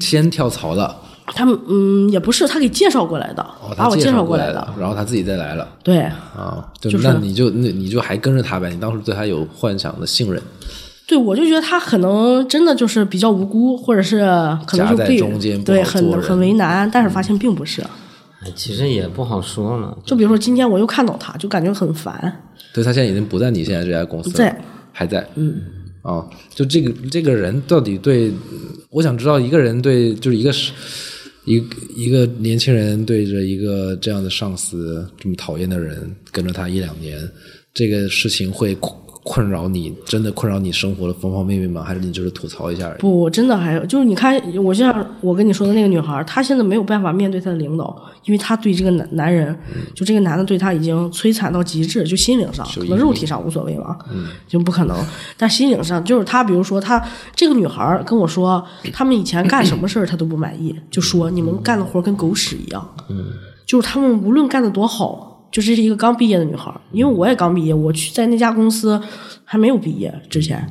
S2: 先跳槽的，
S3: 他们嗯也不是他给介绍过来的，
S2: 哦，
S3: 把
S2: 他
S3: 我
S2: 介
S3: 介
S2: 绍
S3: 过
S2: 来
S3: 的。，
S2: 然后他自己再来了
S3: 对
S2: 啊，对，
S3: 就是
S2: 那你就那你就还跟着他呗，你当时对他有幻想的信任，
S3: 对，我就觉得他可能真的就是比较无辜，或者是可能
S2: 夹
S3: 就
S2: 在
S3: 被
S2: 中间不
S3: 对
S2: 好做
S3: 很
S2: 人嗯
S3: 很为难，但是发现并不是。
S1: 哎其实也不好说嘛。
S3: 就比如说今天我又看到他，就感觉很烦。
S2: 对他现在已经不在你现在这家公司了，
S3: 在
S2: 还在，嗯，啊，就这个这个人到底对，我想知道一个人对，就是一个是一个一个年轻人对着一个这样的上司这么讨厌的人跟着他一两年，这个事情会困困扰你，真的困扰你生活的方方面面吗？还是你就是吐槽一下而已？
S3: 不，我真的还有就是你看，我就像我跟你说的那个女孩，她现在没有办法面对她的领导，因为她对这个男男人，就这个男的对她已经摧残到极致，就心灵上，可能肉体上无所谓嘛，就不可能。但心灵上，就是她，比如说她这个女孩跟我说，他们以前干什么事儿她都不满意，就说你们干的活儿跟狗屎一样。就是他们无论干得多好，就这是一个刚毕业的女孩儿，因为我也刚毕业，我去在那家公司还没有毕业之前，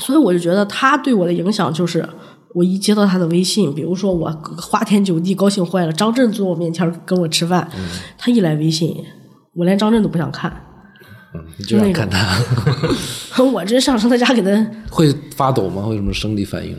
S3: 所以我就觉得她对我的影响就是。我一接到她的微信，比如说我花天酒地，高兴坏了，张震坐我面前跟我吃饭，她一来微信，我连张震都不想看，
S2: 嗯你就想看他
S3: 我真上升在家给他
S2: 会发抖吗？会有什么生理反应？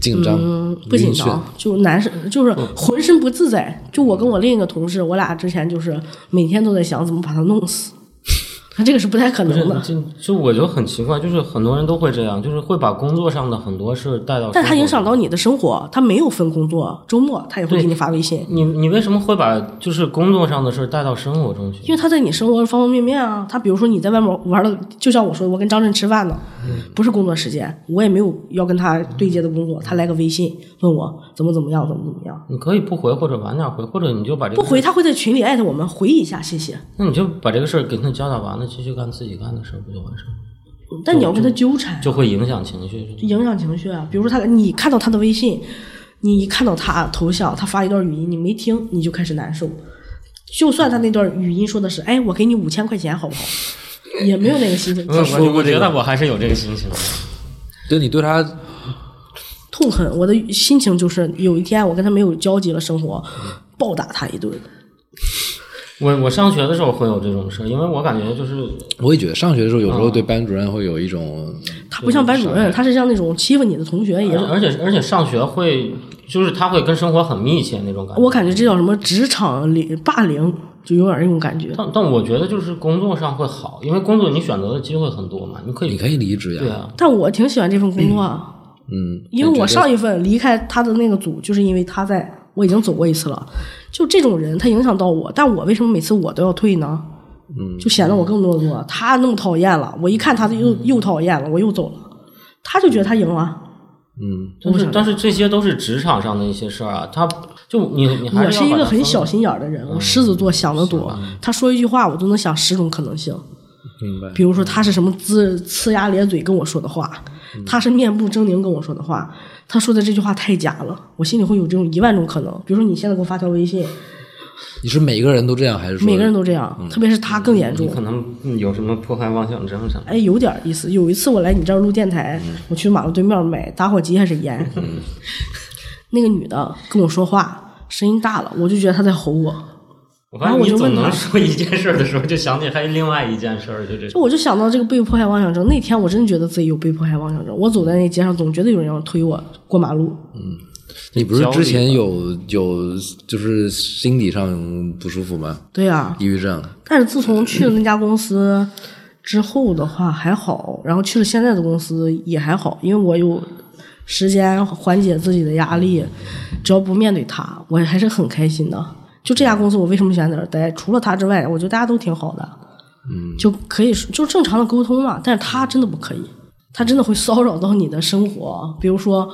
S2: 紧张？
S3: 嗯，不紧
S2: 晕眩
S3: 张，就难受，就是
S1: 嗯
S3: 浑身不自在。就我跟我另一个同事，我俩之前就是每天都在想怎么把他弄死， 这个是不太可
S1: 不是
S3: 能的，。
S1: 就就我就很奇怪，就是很多人都会这样，就是会把工作上的很多事带到。
S3: 但他影响。到你的生活，他没有分工作，周末他也会
S1: 对
S3: 给你发微信，
S1: 你你为什么会把就是工作上的事带到生活中
S3: 因
S1: 去？
S3: 为他在你生活方方面面啊。他比如说你在外面玩了，就像我说的，我跟张震吃饭呢，
S1: 嗯
S3: 不是工作时间，我也没有要跟他对接的工作，他来个微信问我怎么怎么样，怎么怎么样，
S1: 你可以不回，或者晚点回，或者你就把这个
S3: 不回，他会在群里艾特我们回一下，谢谢。
S1: 那你就把这个事儿给他交代完了，继续干自己干的事儿，不就完事儿了？
S3: 但你要跟他纠缠，
S1: 嗯就会影响情绪。是吧
S3: 影响情绪啊。比如说他，你看到他的微信，你一看到他头像，他发一段语音，你没听，你就开始难受。就算他那段语音说的是“哎，我给你五千块钱，好不好”，也没有那个心 情，
S1: 我
S2: 说过
S1: 我我
S2: 这
S1: 觉
S2: 个
S1: 得我还是有这个心情的。
S2: 对你对他
S3: 痛恨。我的心情就是有一天我跟他没有交集了，生活
S2: 嗯
S3: 暴打他一顿。
S1: 我我上学的时候会有这种事儿，因为我感觉就是
S2: 我也觉得上学的时候，有时
S3: 啊
S2: 候对班主任会有一种，
S3: 他不像班主任，他是像那种欺负你的同学一
S1: 而
S3: 样。
S1: 而且而且上学会，就是他会跟生活很密切那种感觉。
S3: 我感觉这叫什么职场里霸凌，就有点那种感觉。
S1: 但但我觉得就是工作上会好，因为工作你选择的机会很多嘛，你可
S2: 你
S1: 以
S2: 可以离职
S1: 对
S2: 呀，
S1: 啊，
S3: 但我挺喜欢这份工作啊。
S2: 嗯，
S3: 因为我
S2: 觉得
S3: 上一份离开他的那个组，就是因为他在我已经走过一次了。就这种人，他影响到我，但我为什么每次我都要退呢？嗯，就显得我更懦弱。他那么讨厌了，我一看他又又讨厌了，我又走了。他就觉得他赢了，
S2: 嗯，
S1: 但是但是这些都是职场上的一些事儿啊，他就你你还
S3: 我是
S1: 要
S3: 一
S1: 把
S3: 个
S1: 它嗯
S3: 很
S1: 分
S3: 小心眼儿的人，我狮子座想得多，他说一句话我都能想十种可能性。
S2: 明白。
S3: 比如说他是什么呲呲牙咧嘴跟我说的话，
S1: 嗯
S3: 他是面部狰狞跟我说的话，他说的这句话太假了，我心里会有这种一万种可能。比如说你现在给我发条微信，
S2: 你是每个人都这样，还是说
S3: 每个人都这样，特别是他更严重
S1: 你。可能嗯有什么迫害妄想症什么的。
S3: 哎，有点意思。有一次我来你这儿录电台，
S1: 嗯
S3: 我去马路对面买打火机还是烟， 那个女的跟我说话声音大了，我就觉得她在吼我，
S1: 我
S3: 然
S1: 发现
S3: 后我
S1: 你
S3: 就
S1: 总
S3: 问他
S1: 能说一件事儿的时候，就想起还有另外一件事儿，就这
S3: 就我就想到这个被迫害妄想症。那天我真觉得自己有被迫害妄想症，我走在那街上总觉得有人要推我过马路，
S2: 你不是
S1: 焦虑
S2: 之前有有就是心理上不舒服吗？
S3: 对啊。
S2: 抑郁症，
S3: 但是自从去了那家公司。之后的话还好，然后去了现在的公司也还好，因为我有时间缓解自己的压力，只要不面对他，我还是很开心的。就这家公司，我为什么想在这儿待？除了他之外，我觉得大家都挺好的，嗯，就可以说就正常的沟通嘛。但是他真的不可以，他真的会骚扰到你的生活，比如说，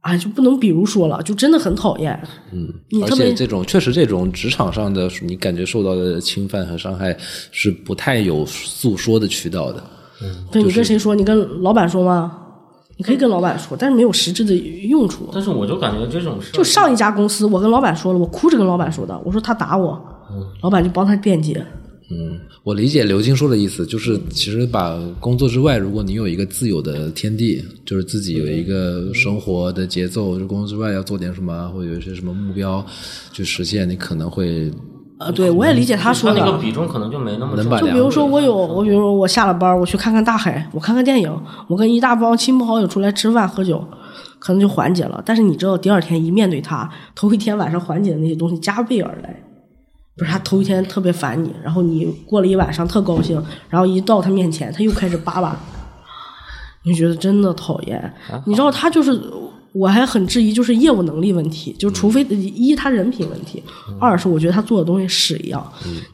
S3: 啊，就不能比如说了，就真的很讨厌。嗯，你
S2: 而
S3: 特别
S2: 且这种确实这种职场上的你感觉受到的侵犯和伤害是不太有诉说的渠道的。
S3: 对你跟谁说？你跟老板说吗？你可以跟老板说，但是没有实质的用处。
S1: 但是我就感觉这种事儿
S3: 就上一家公司，我跟老板说了，我哭着跟老板说的，我说他打我，
S1: 嗯
S3: 老板就帮他辩解。
S2: 嗯，我理解刘青说的意思，就是其实把工作之外，如果你有一个自由的天地，就是自己有一个生活的节奏，就工作之外要做点什么，啊或者有一些什么目标去实现，你可能会
S3: 呃，对我也理解他说
S1: 嗯他那个
S3: 的。
S1: 比重可能就没那么
S2: 能
S1: 重
S2: 把
S3: 就比如说我有，我比如说我下了班，我去看看大海，我看看电影，我跟一大帮亲朋好友出来吃饭喝酒，可能就缓解了。但是你知道，第二天一面对他，头一天晚上缓解的那些东西加倍而来。不是他头一天特别烦你，然后你过了一晚上特高兴，然后一到他面前，他又开始叭叭，你就觉得真的讨厌。你知道他就是，我还很质疑就是业务能力问题，就除非一他人品问题，二是我觉得他做的东西屎一样。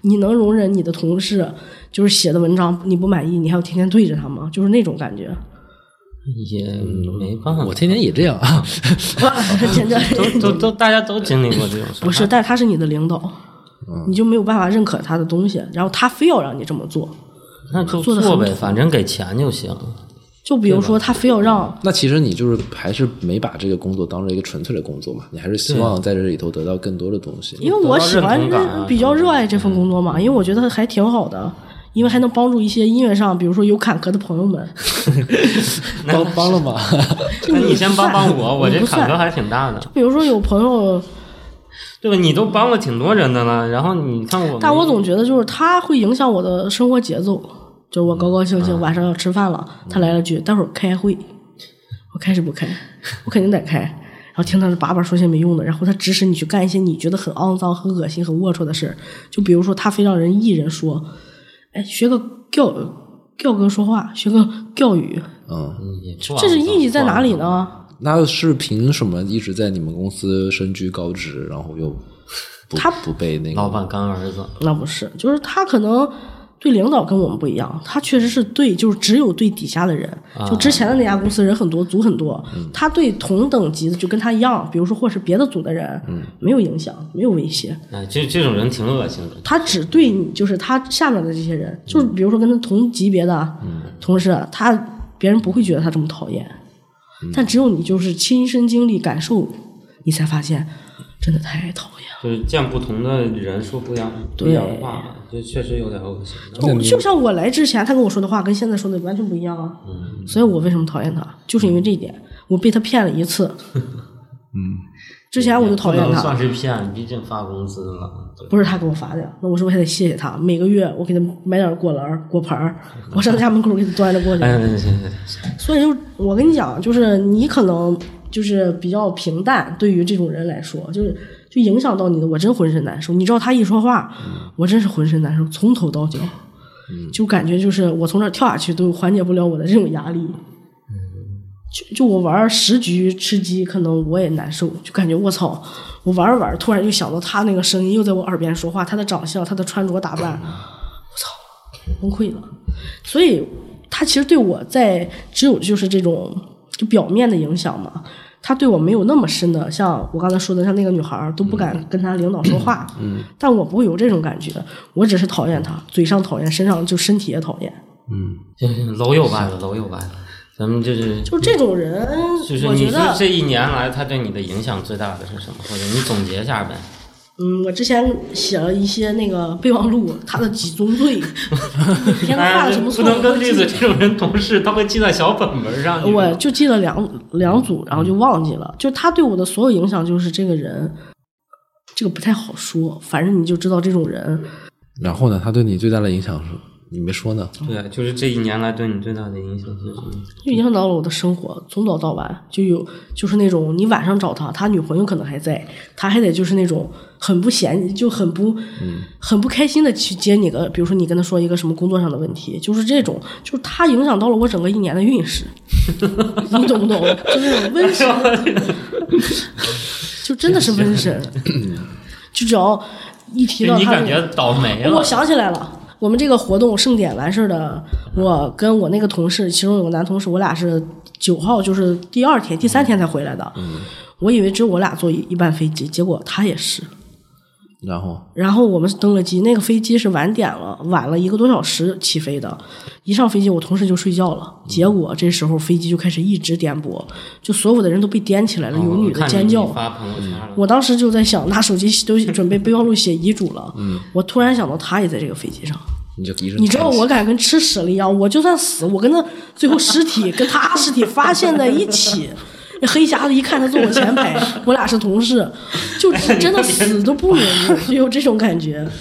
S3: 你能容忍你的同事就是写的文章你不满意，你还要天天对着他吗？就是那种感觉。
S1: 也
S3: 嗯
S1: 没办法。
S2: 我天天也这样，
S3: 真的
S1: 都啊都都大家都经历过这种事儿，
S3: 不是，但是他是你的领导，
S1: 嗯
S3: 你就没有办法认可他的东西，然后他非要让你这么做。
S1: 那就
S3: 做得很
S1: 做呗，反正给钱就行。
S3: 就比如说，他非要让
S2: 那其实你就是还是没把这个工作当做一个纯粹的工作嘛，你还是希望在这里头得到更多的东西。
S3: 因为我喜欢
S1: 得到认同感啊嗯
S3: 热比较热爱这份工作嘛，因为我觉得还挺好的，因为还能帮助一些音乐上，比如说有坎坷的朋友们。
S2: 帮帮了吗？
S1: 哎那你先帮帮我，我
S3: 你
S1: 这
S3: 不算
S1: 坎坷还挺大的。
S3: 比如说有朋友
S1: 对吧？你都帮了挺多人的了，然后你看我们，
S3: 但我总觉得就是他会影响我的生活节奏，就我高高兴兴晚上要吃饭了，他来了句待会儿开会，我开是不开，我肯定得开。然后听他叭叭说些没用的，然后他指使你去干一些你觉得很肮脏、很恶心、很龌龊的事儿。就比如说，他非让人一人说，哎，学个钓钓哥说话，学个钓语，
S2: 嗯，
S1: 你
S3: 这是意义在哪里？呢？
S2: 那是凭什么一直在你们公司身居高职，然后又不
S3: 他
S2: 不被那个
S1: 老板干儿子，
S3: 那不是，就是他可能对领导跟我们不一样，他确实是对，就是只有对底下的人，就之前的那家公司人很多，组很多，他对同等级的就跟他一样，比如说或是别的组的人，没有影响，没有威胁，
S1: 哎，这这种人挺恶心的。
S3: 他只对你，就是他下面的这些人，就是比如说跟他同级别的同事，他别人不会觉得他这么讨厌，但只有你就是亲身经历感受，你才发现真的太讨厌了。
S1: 就是见不同的人说不一样不一样的话，就确实有点恶心。
S3: 我就像我来之前，他跟我说的话跟现在说的完全不一样啊。所以我为什么讨厌他，就是因为这一点，我被他骗了一次。嗯，之前我就讨厌
S1: 不能
S3: 他
S1: 算，是骗，毕竟发工资了。对
S3: 不是他给我发的，那我是不是还得谢谢他？每个月我给他买点果篮儿、果盘儿，我上他家门口给他端着过去。
S1: 哎，行行行，
S3: 所以就我跟你讲，就是你可能就是比较平淡，对于这种人来说，就是就影响到你的，我真浑身难受。你知道他一说话，我真是浑身难受，从头到脚，就感觉就是我从这儿跳下去都缓解不了我的这种压力。就就我玩十局吃鸡，可能我也难受，就感觉我操，我玩着玩着突然就想到他那个声音又在我耳边说话，他的长相，他的穿着打扮，崩溃了。所以他其实对我在只有就是这种就表面的影响嘛，他对我没有那么深的，像我刚才说的，像那个女孩儿都不敢跟他领导说话，嗯，但我不会有这种感觉，我只是讨厌他，嘴上讨厌，身上就身体也讨厌，
S1: 嗯行行，楼又歪了，楼又歪了。咱们就是
S3: 就这种人，
S1: 就是
S3: 我
S1: 你
S3: 觉
S1: 说
S3: 得，
S1: 这一年来他对你的影响最大的是什么？或者你总结一下呗？
S3: 嗯，我之前写了一些那个备忘录，他的几宗 罪，每天他犯了什么
S1: 哎
S3: 错，
S1: 不能跟
S3: 我都记
S1: 栗子这种人同事，他会记在小本本上。你知道
S3: 我
S1: 吗
S3: 就记了两两组，然后就忘记了。就他对我的所有影响，就是这个人，这个不太好说。反正你就知道这种人，
S2: 然后呢，他对你最大的影响是，你没说呢。
S1: 对，就是这一年来对你最大的影响是什么？
S3: 就影响到了我的生活，从早到晚就有，就是那种你晚上找他，他女朋友可能还在，他还得就是那种很不嫌你，就很不，
S1: 嗯
S3: 很不开心的去接你个，比如说你跟他说一个什么工作上的问题，就是这种，就是他影响到了我整个一年的运 势，你懂不懂？就那种瘟神，就真的是瘟神，就只要一提
S1: 就
S3: 到
S1: 哎你
S3: 他
S1: 感
S3: 这个
S1: 觉倒霉了
S3: 哎我，想起来了，我们这个活动盛典完事儿的，我跟我那个同事，其中有个男同事，我俩是九号，就是第二天、第三天才回来的。
S1: 嗯
S3: 我以为只有我俩坐一一班飞机，结果他也是。
S2: 然后
S3: 然后我们登了机，那个飞机是晚点了，晚了一个多小时起飞的。一上飞机，我同事就睡觉了。结果这时候飞机就开始一直颠簸，就所有的人都被颠起来了，有女的
S1: 哦看
S3: 尖
S1: 你
S3: 叫。
S1: 发朋友圈了。
S3: 我当时就在想，拿手机都准备备忘录写遗嘱了。
S1: 嗯
S3: 我突然想到，他也在这个飞机上。
S2: 你就一阵
S3: 你知道
S2: 叹息
S3: 我敢跟吃屎了一样，我就算死，我跟他最后尸体跟他尸体发现在一起。那黑匣子一看他坐我前排，我俩是同事，就
S1: 哎
S3: 真的死都不瞑目，就有这种感觉。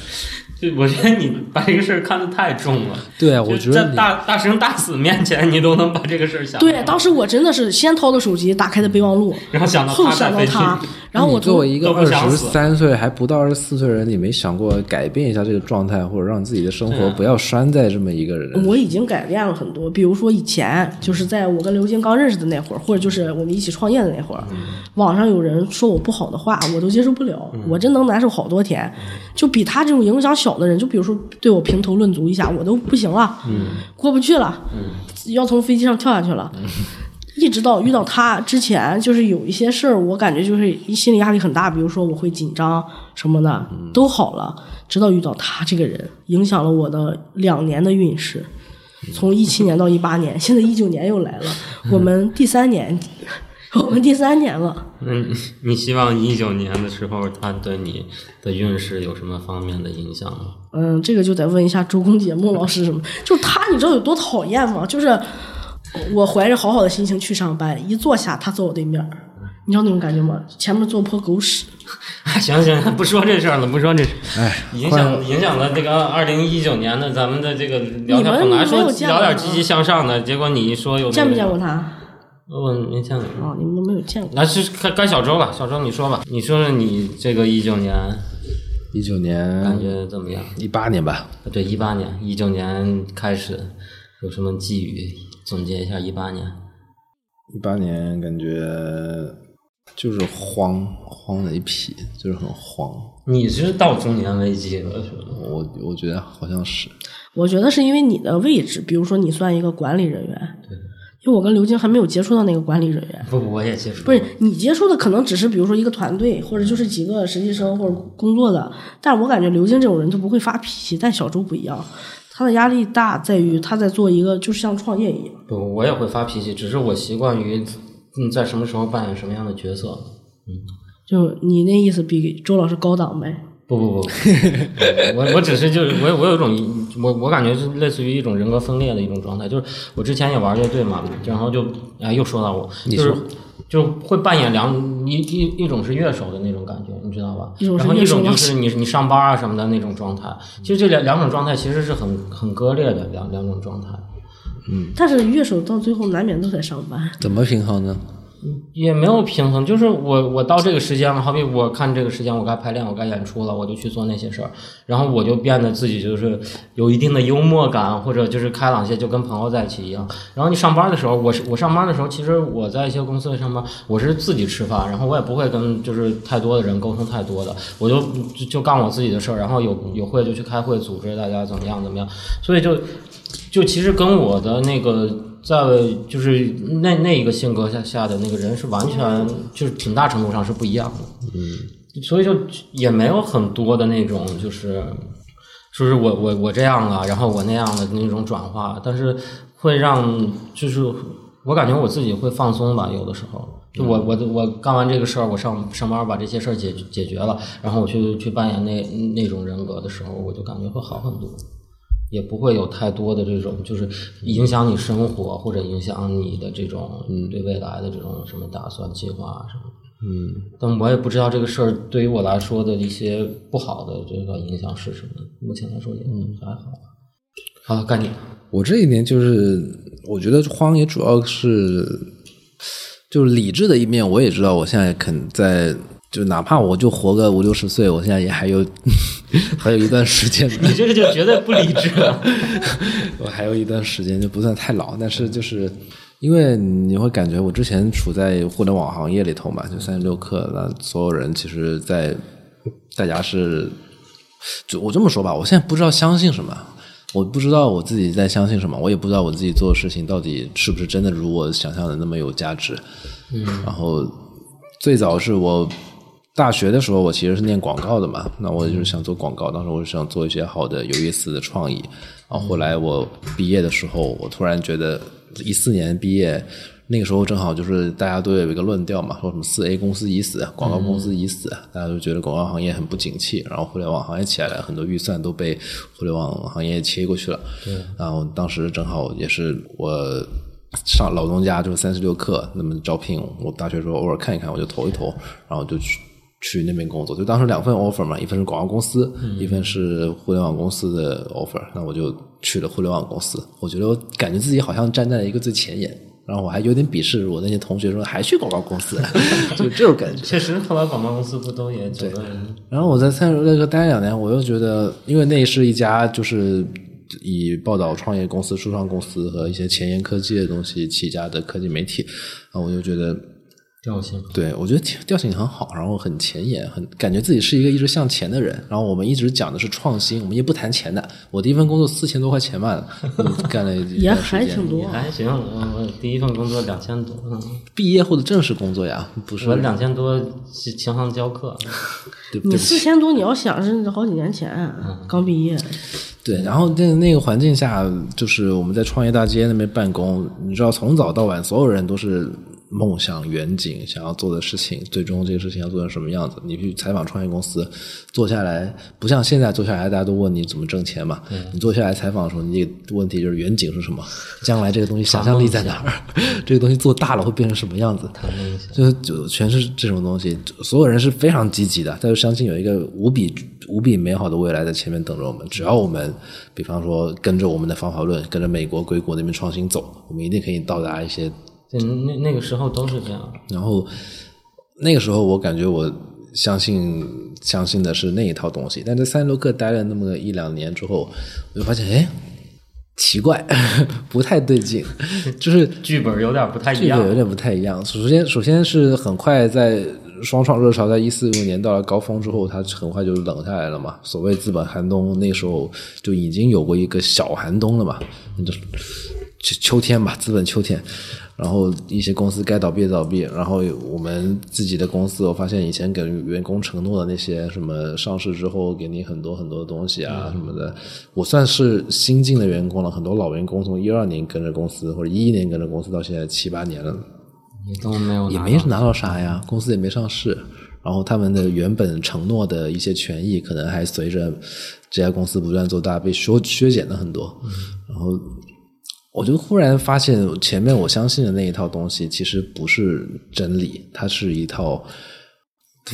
S1: 就我觉得你把这个事儿看得太重了。
S2: 对啊，我
S1: 就
S2: 觉
S1: 在
S2: 得你
S1: 大大生大死面前，你都能把这个事儿想
S3: 对，当时我真的是先掏的手机，打开的备忘录，
S1: 然后想到
S3: 后
S1: 他
S3: 想
S1: 在
S3: 到
S1: 飞机
S3: 他，然后我
S2: 你作
S3: 从
S2: 为一个
S1: 都
S2: 二
S1: 不想
S2: 十
S1: 死
S2: 三岁还不到二十四岁的人，你没想过改变一下这个状态，或者让自己的生
S1: 嗯
S2: 活不要拴在这么一个人。
S3: 我已经改变了很多，比如说以前就是在我跟刘晶刚认识的那会儿，或者就是我们一起创业的那会儿，网上有人说我不好的话，我都接受不了，我真能难受好多天。就比他这种影响小的人，就比如说对我评头论足一下，我都不行了，过不去了，要从飞机上跳下去了。一直到遇到他之前，就是有一些事儿，我感觉就是心理压力很大，比如说我会紧张什么的，都好了。直到遇到他这个人，影响了我的两年的运势，从一七年到一八年，现在一九年又来了，我们第三年，我们第三年了。
S1: 那你你希望一九年的时候，他对你的运势有什么方面的影响吗？
S3: 嗯，这个就得问一下周公解梦老师什么，就是他，你知道有多讨厌吗？就是我怀着好好的心情去上班，一坐下，他坐我对面儿，你知道那种感觉吗？前面坐泼狗屎，
S1: 行行，不说这事儿了，不说这事儿，
S2: 哎，
S1: 影
S2: 换
S1: 响影响了这个二零一九年的咱们的这个聊
S3: 你
S1: 天，
S3: 们
S1: 本来
S3: 没
S1: 说
S3: 有见过
S1: 聊点
S3: 吗
S1: 积极向上的，结果你一说有那个
S3: 见没见过他？
S1: 我没见过。
S3: 哦，你们都没有见过。
S1: 那是该该小周了，小周你说吧，你说说你这个一九年
S2: 一九
S1: 感
S2: 年、
S1: 觉怎么样？
S2: 一八年吧，
S1: 对，一八年、一九年开始有什么寄语？总结一下一八年。
S2: 一八年感觉就是慌慌的一批，就是很慌。
S1: 你是到中年危机了是吗？
S2: 我我觉得好像是，
S3: 我觉得是因为你的位置，比如说你算一个管理人员，因为我跟刘晶还没有接触到那个管理人员。
S1: 不不，我也接触
S3: 不是你接触的可能只是比如说一个团队，或者就是几个实习生或者工作的，但我感觉刘晶这种人他不会发脾气，但小周不一样，他的压力大在于他在做一个就是像创业一样，
S1: 不，我也会发脾气，只是我习惯于嗯在什么时候扮演什么样的角色。
S3: 就是你那意思比周老师高档呗。
S1: 不不 不，我我只是就是我我有一种我我感觉是类似于一种人格分裂的一种状态，就是我之前也玩乐队嘛，然后就啊又说到我，就是就会扮演两一一一种是乐手的那种感觉，你知道吧？
S3: 一种是
S1: 然后
S3: 乐
S1: 一
S3: 手
S1: 种就
S3: 吗
S1: 是你你上班啊什么的那种状态，其实这两两种状态其实是很很割裂的两两种状态，
S2: 嗯
S3: 但是乐手到最后难免都得上班，
S2: 怎么平衡呢？
S1: 也没有平衡，就是我我到这个时间了，好比我看这个时间，我该排练，我该演出了，我就去做那些事儿，然后我就变得自己就是有一定的幽默感，或者就是开朗些，就跟朋友在一起一样。然后你上班的时候，我是我上班的时候，其实我在一些公司上班，我是自己吃饭，然后我也不会跟就是太多的人沟通太多的，我就就就干我自己的事儿，然后有有会就去开会，组织大家怎么样怎么样，所以就就其实跟我的那个在就是那那一个性格下下的那个人是完全就是挺大程度上是不一样的，嗯，所以就也没有很多的那种就是就是我我我这样啊了，然后我那样的那种转化，但是会让就是我感觉我自己会放松吧，有的时候。就我我我干完这个事儿，我上上班把这些事儿解解决了，然后我去去扮演那那种人格的时候，我就感觉会好很多。也不会有太多的这种，就是影响你生活或者影响你的这种嗯对未来的这种什么打算、计划啊什么。嗯，但我也不知道这个事儿对于我来说的一些不好的这个影响是什么。目前来说也还好吧。好了，该你了。
S2: 我这一年就是，我觉得荒野主要是，就是理智的一面，我也知道，我现在肯在，就哪怕我就活个五六十岁，我现在也还有 还有一段时间 的
S1: 你这个就绝对不理智 了。
S2: 我还有一段时间就不算太老，但是就是因为你会感觉我之前处在互联网行业里头嘛，就三十六氪，那所有人其实在，大家是，就我这么说吧，我现在不知道相信什么。我不知道我自己在相信什么，我也不知道我自己做的事情到底是不是真的如我想象的那么有价值。嗯，然后最早是我大学的时候，我其实是念广告的嘛，那我就是想做广告，当时我是想做一些好的、有意思的创意。然后后来我毕业的时候，我突然觉得，一四年毕业，那个时候正好就是大家都有一个论调嘛，说什么四 A 公司已死，啊广告公司已死，啊大家都觉得广告行业很不景气，然后互联网行业起来了，很多预算都被互联网行业切过去了。对，然后当时正好也是我。上老东家就是三十六氪，那么招聘我大学时候偶尔看一看，我就投一投，然后就去去那边工作。就当时两份 offer 嘛，一份是广告公司，一份是互联网公司的 offer，那我就去了互联网公司。我觉得我感觉自己好像站在一个最前沿，然后我还有点鄙视我那些同学说还去广告公司， 就这种感觉。
S1: 确实，后来广告公司不都也走了？
S2: 然后我在三十六氪待了两年，我又觉得，因为那是一家就是以报道创业公司、初创公司和一些前沿科技的东西起家的科技媒体，啊，我就觉得，
S1: 调性
S2: 对我觉得调调性很好，然后很前沿，很感觉自己是一个一直向前的人。然后我们一直讲的是创新，我们也不谈钱的。我第一份工作四千多块钱吧， 嗯干了一
S3: 也
S2: 段时
S3: 还
S2: 间
S3: 挺多
S1: 也。还哎行。我我第一份工作两千多，嗯
S2: 毕业后的正式工作呀，不是
S1: 我两千多是琴行教 课。
S2: 对不嗯
S3: 你
S2: 对？
S3: 四千多，你要想是好几年前啊刚毕业，
S2: 对，然后在那个环境下，就是我们在创业大街那边办公，你知道，从早到晚，所有人都是梦想、远景，想要做的事情，最终这个事情要做成什么样子。你去采访创业公司，坐下来，不像现在坐下来大家都问你怎么挣钱嘛。你坐下来采访的时候，你这个问题就是远景是什么，将来这个东西想象力在哪儿， 这个东西做大了会变成什么样子。就是就全是这种东西，所有人是非常积极的，但是相信有一个无比无比美好的未来在前面等着我们。只要我们，比方说跟着我们的方法论，跟着美国硅谷那边创新走，我们一定可以到达一些。
S1: 对，那那个时候都是这样。
S2: 然后那个时候，我感觉我相信相信的是那一套东西，但在三十多课待了那么个一两年之后，我就发现，哎，奇怪， 不太对劲，就是
S1: 剧本有点不太一
S2: 这
S1: 样
S2: 个，有点不太一样。首先，首先是很快在双创热潮在一四六年到了高峰之后，它很快就冷下来了嘛。所谓资本寒冬，那时候就已经有过一个小寒冬了嘛，那就秋秋天吧，资本秋天。然后一些公司该倒闭的倒闭，然后我们自己的公司，我发现以前给员工承诺的那些什么上市之后给你很多很多东西啊什么的，我算是新进的员工了，很多老员工从一二年跟着公司或者一一年跟着公司到现在七八年了，
S1: 你都没有
S2: 也
S1: 拿
S2: 没
S1: 到
S2: 拿到啥呀，公司也没上市，然后他们的原本承诺的一些权益，可能还随着这家公司不断做大被削削减了很多。
S1: 嗯
S2: 然后我就忽然发现，前面我相信的那一套东西其实不是真理，它是一套。
S1: 啊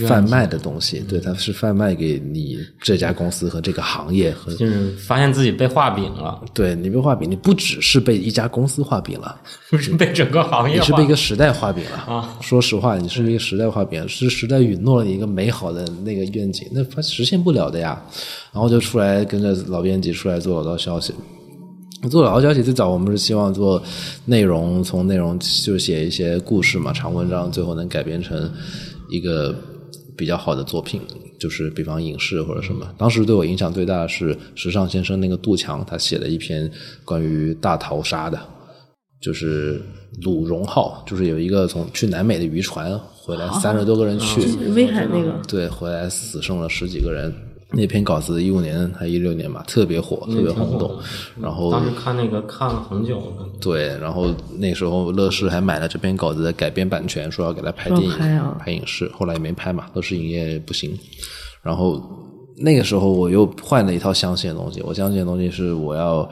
S2: 贩卖的东
S1: 嗯
S2: 西，对，它是贩卖给你这家公司和这个行业和
S1: 就是发现自己被画饼了，
S2: 对你被画饼，你不只是被一家公司画饼了，
S1: 不是被整个行业
S2: 你是
S1: 画
S2: 被一
S1: 饼。
S2: 个时代画饼了啊！说实话，你是被一个时代画饼，是时代允诺了你一个美好的那个愿景，那它实现不了的呀。然后就出来跟着老编辑出来做老道消息。做老道消息最早我们是希望做内容，从内容就写一些故事嘛，长文章，最后能改编成一个比较好的作品，就是比方影视或者什么。当时对我影响最大的是《时尚先生》那个杜强，他写了一篇关于大逃杀的，就是鲁荣号，就是有一个从去南美的渔船回来三十多啊个人去，
S3: 威海那个，
S2: 对，回来死剩了十几个人。那篇稿子一五年还一六年吧，特别火，特别轰动。然后
S1: 当时看那个看了很久，我感觉
S2: 对，然后那时候乐视还买了这篇稿子的改编版权，说要给他拍
S3: 说
S2: 电影、
S3: 拍啊
S2: 拍影视，后来也没拍嘛，乐视影业不行。然后那个时候我又换了一套相信的东西，我相信的东西是我要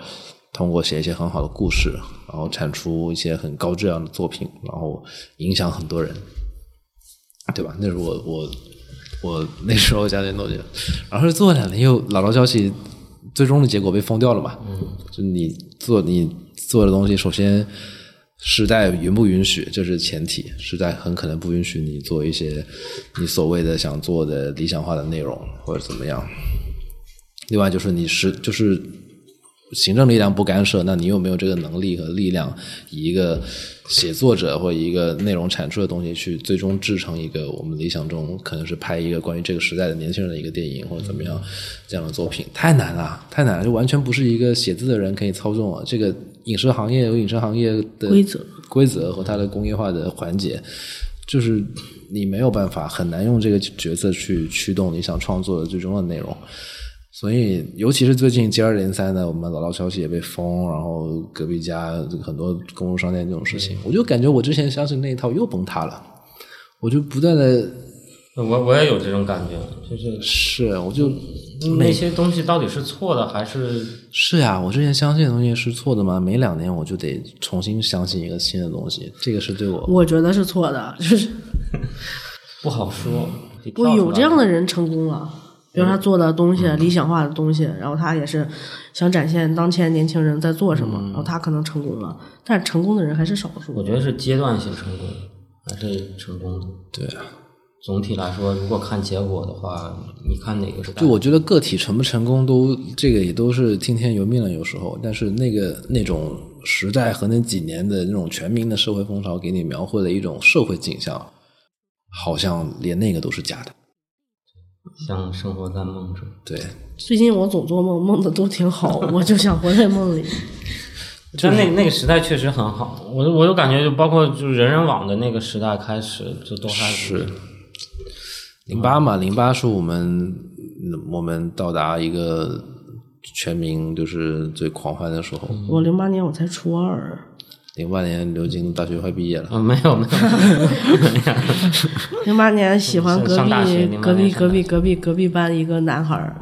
S2: 通过写一些很好的故事，然后产出一些很高质量的作品，然后影响很多人，对吧？那是我我我那时候相信的东西，然后做了两年又老道消息，最终的结果被封掉了嘛？嗯，就你做你做的东西，首先。时代允不允许，这是前提。时代很可能不允许你做一些你所谓的想做的理想化的内容，或者怎么样。另外就是你是就是行政力量不干涉，那你有没有这个能力和力量，以一个写作者或一个内容产出的东西去最终制成一个我们理想中可能是拍一个关于这个时代的年轻人的一个电影或者怎么样这样的作品？太难了，太难了，就完全不是一个写字的人可以操纵啊！这个影视行业有影视行业的
S3: 规则
S2: 规则和它的工业化的环节，就是你没有办法很难用这个角色去驱动你想创作的最终的内容。所以，尤其是最近接二连三的，我们老道消息也被封，然后隔壁家很多公路商店这种事情，我就感觉我之前相信那一套又崩塌了，我就不断的
S1: 呃我我也有这种感觉，就是
S2: 是，我就
S1: 那些东西到底是错的还是
S2: 是呀、我之前相信的东西是错的吗？每两年我就得重新相信一个新的东西，这个是对我
S3: 我觉得是错的，就是
S1: 不好说？得
S3: 不
S1: 跳出
S3: 有
S1: 来
S3: 这样的人成功了，比如他做的东西、
S1: 嗯
S3: 理想化的东西，然后他也是想展现当前年轻人在做什么，然后他可能成功了，但是成功的人还是少
S1: 嗯我
S3: 数。
S1: 觉得是阶段性成功还是成功的。
S2: 对啊。
S1: 总体来说，如果看结果的话，你看哪个是大
S2: 就我觉得个体成不成功都这个也都是听天由命了，有时候。但是那个那种时代和那几年的那种全民的社会风潮给你描绘的一种社会景象，好像连那个都是假的。
S1: 像生活在梦中。
S2: 对，
S3: 最近我总做梦，梦的都挺好，我就想活在梦里。
S1: 但那那个时代确实很好，我我就感觉就包括就是人人网的那个时代开始，就都还
S2: 是零八嘛，零八是我们嗯我们到达一个全民就是最狂欢的时候。
S3: 嗯
S1: 嗯
S3: 我零八年我才初二，
S2: 零八年刘晶大学快毕业了，
S1: 啊，没有没有，
S3: 零八年喜欢隔
S1: 上大学
S3: 壁
S1: 08
S3: 隔壁
S1: 年上
S3: 隔
S1: 大
S3: 壁
S1: 学
S3: 隔壁隔壁班一个男孩儿，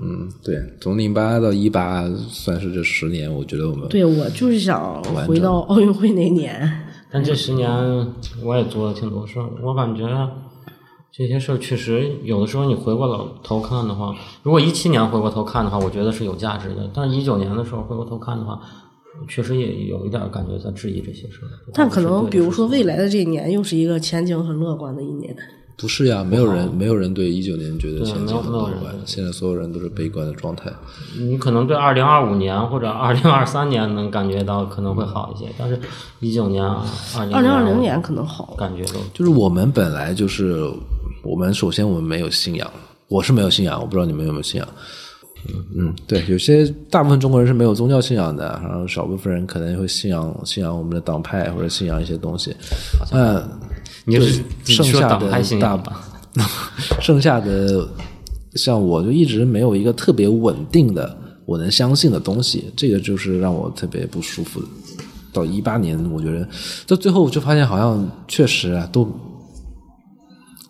S2: 嗯，对，从零八到一八算是这十年，我觉得我们
S3: 对我就是想回到奥运会那年，
S1: 但这十年我也做了挺多事儿，我感觉这些事儿确实有的时候你回过头看的话，如果一七年回过头看的话，我觉得是有价值的；但一九年的时候回过头看的话，确实也有一点感觉在质疑这些事儿。
S3: 但可能比如说
S1: 为
S3: 未来的这一年又是一个前景很乐观的一年，
S2: 不是呀，没有人没有人对一九年觉得
S1: 对
S2: 前
S1: 没
S2: 景
S1: 有
S2: 很
S1: 没有
S2: 乐
S1: 人
S2: 观
S1: 对，
S2: 现在所有人都是悲观的状态。
S1: 你可能对二零二五年或者二零二三年能感觉到可能会好一些，但是一九年、啊二零
S3: 二零二零年可能好。
S1: 感觉都
S2: 就是我们本来就是，我们首先我们没有信仰，我是没有信仰，我不知道你们有没有信仰。嗯，对，有些大部分中国人是没有宗教信仰的，然后少部分人可能会信仰信仰我们的党派或者信仰一些东西。那
S1: 你是
S2: 对
S1: 你
S2: 剩
S1: 说
S2: 下
S1: 党
S2: 的
S1: 派信仰
S2: 大
S1: 吧？
S2: 剩下的，像我就一直没有一个特别稳定的我能相信的东西，这个就是让我特别不舒服的。到一八年，我觉得到最后我就发现，好像确实啊，都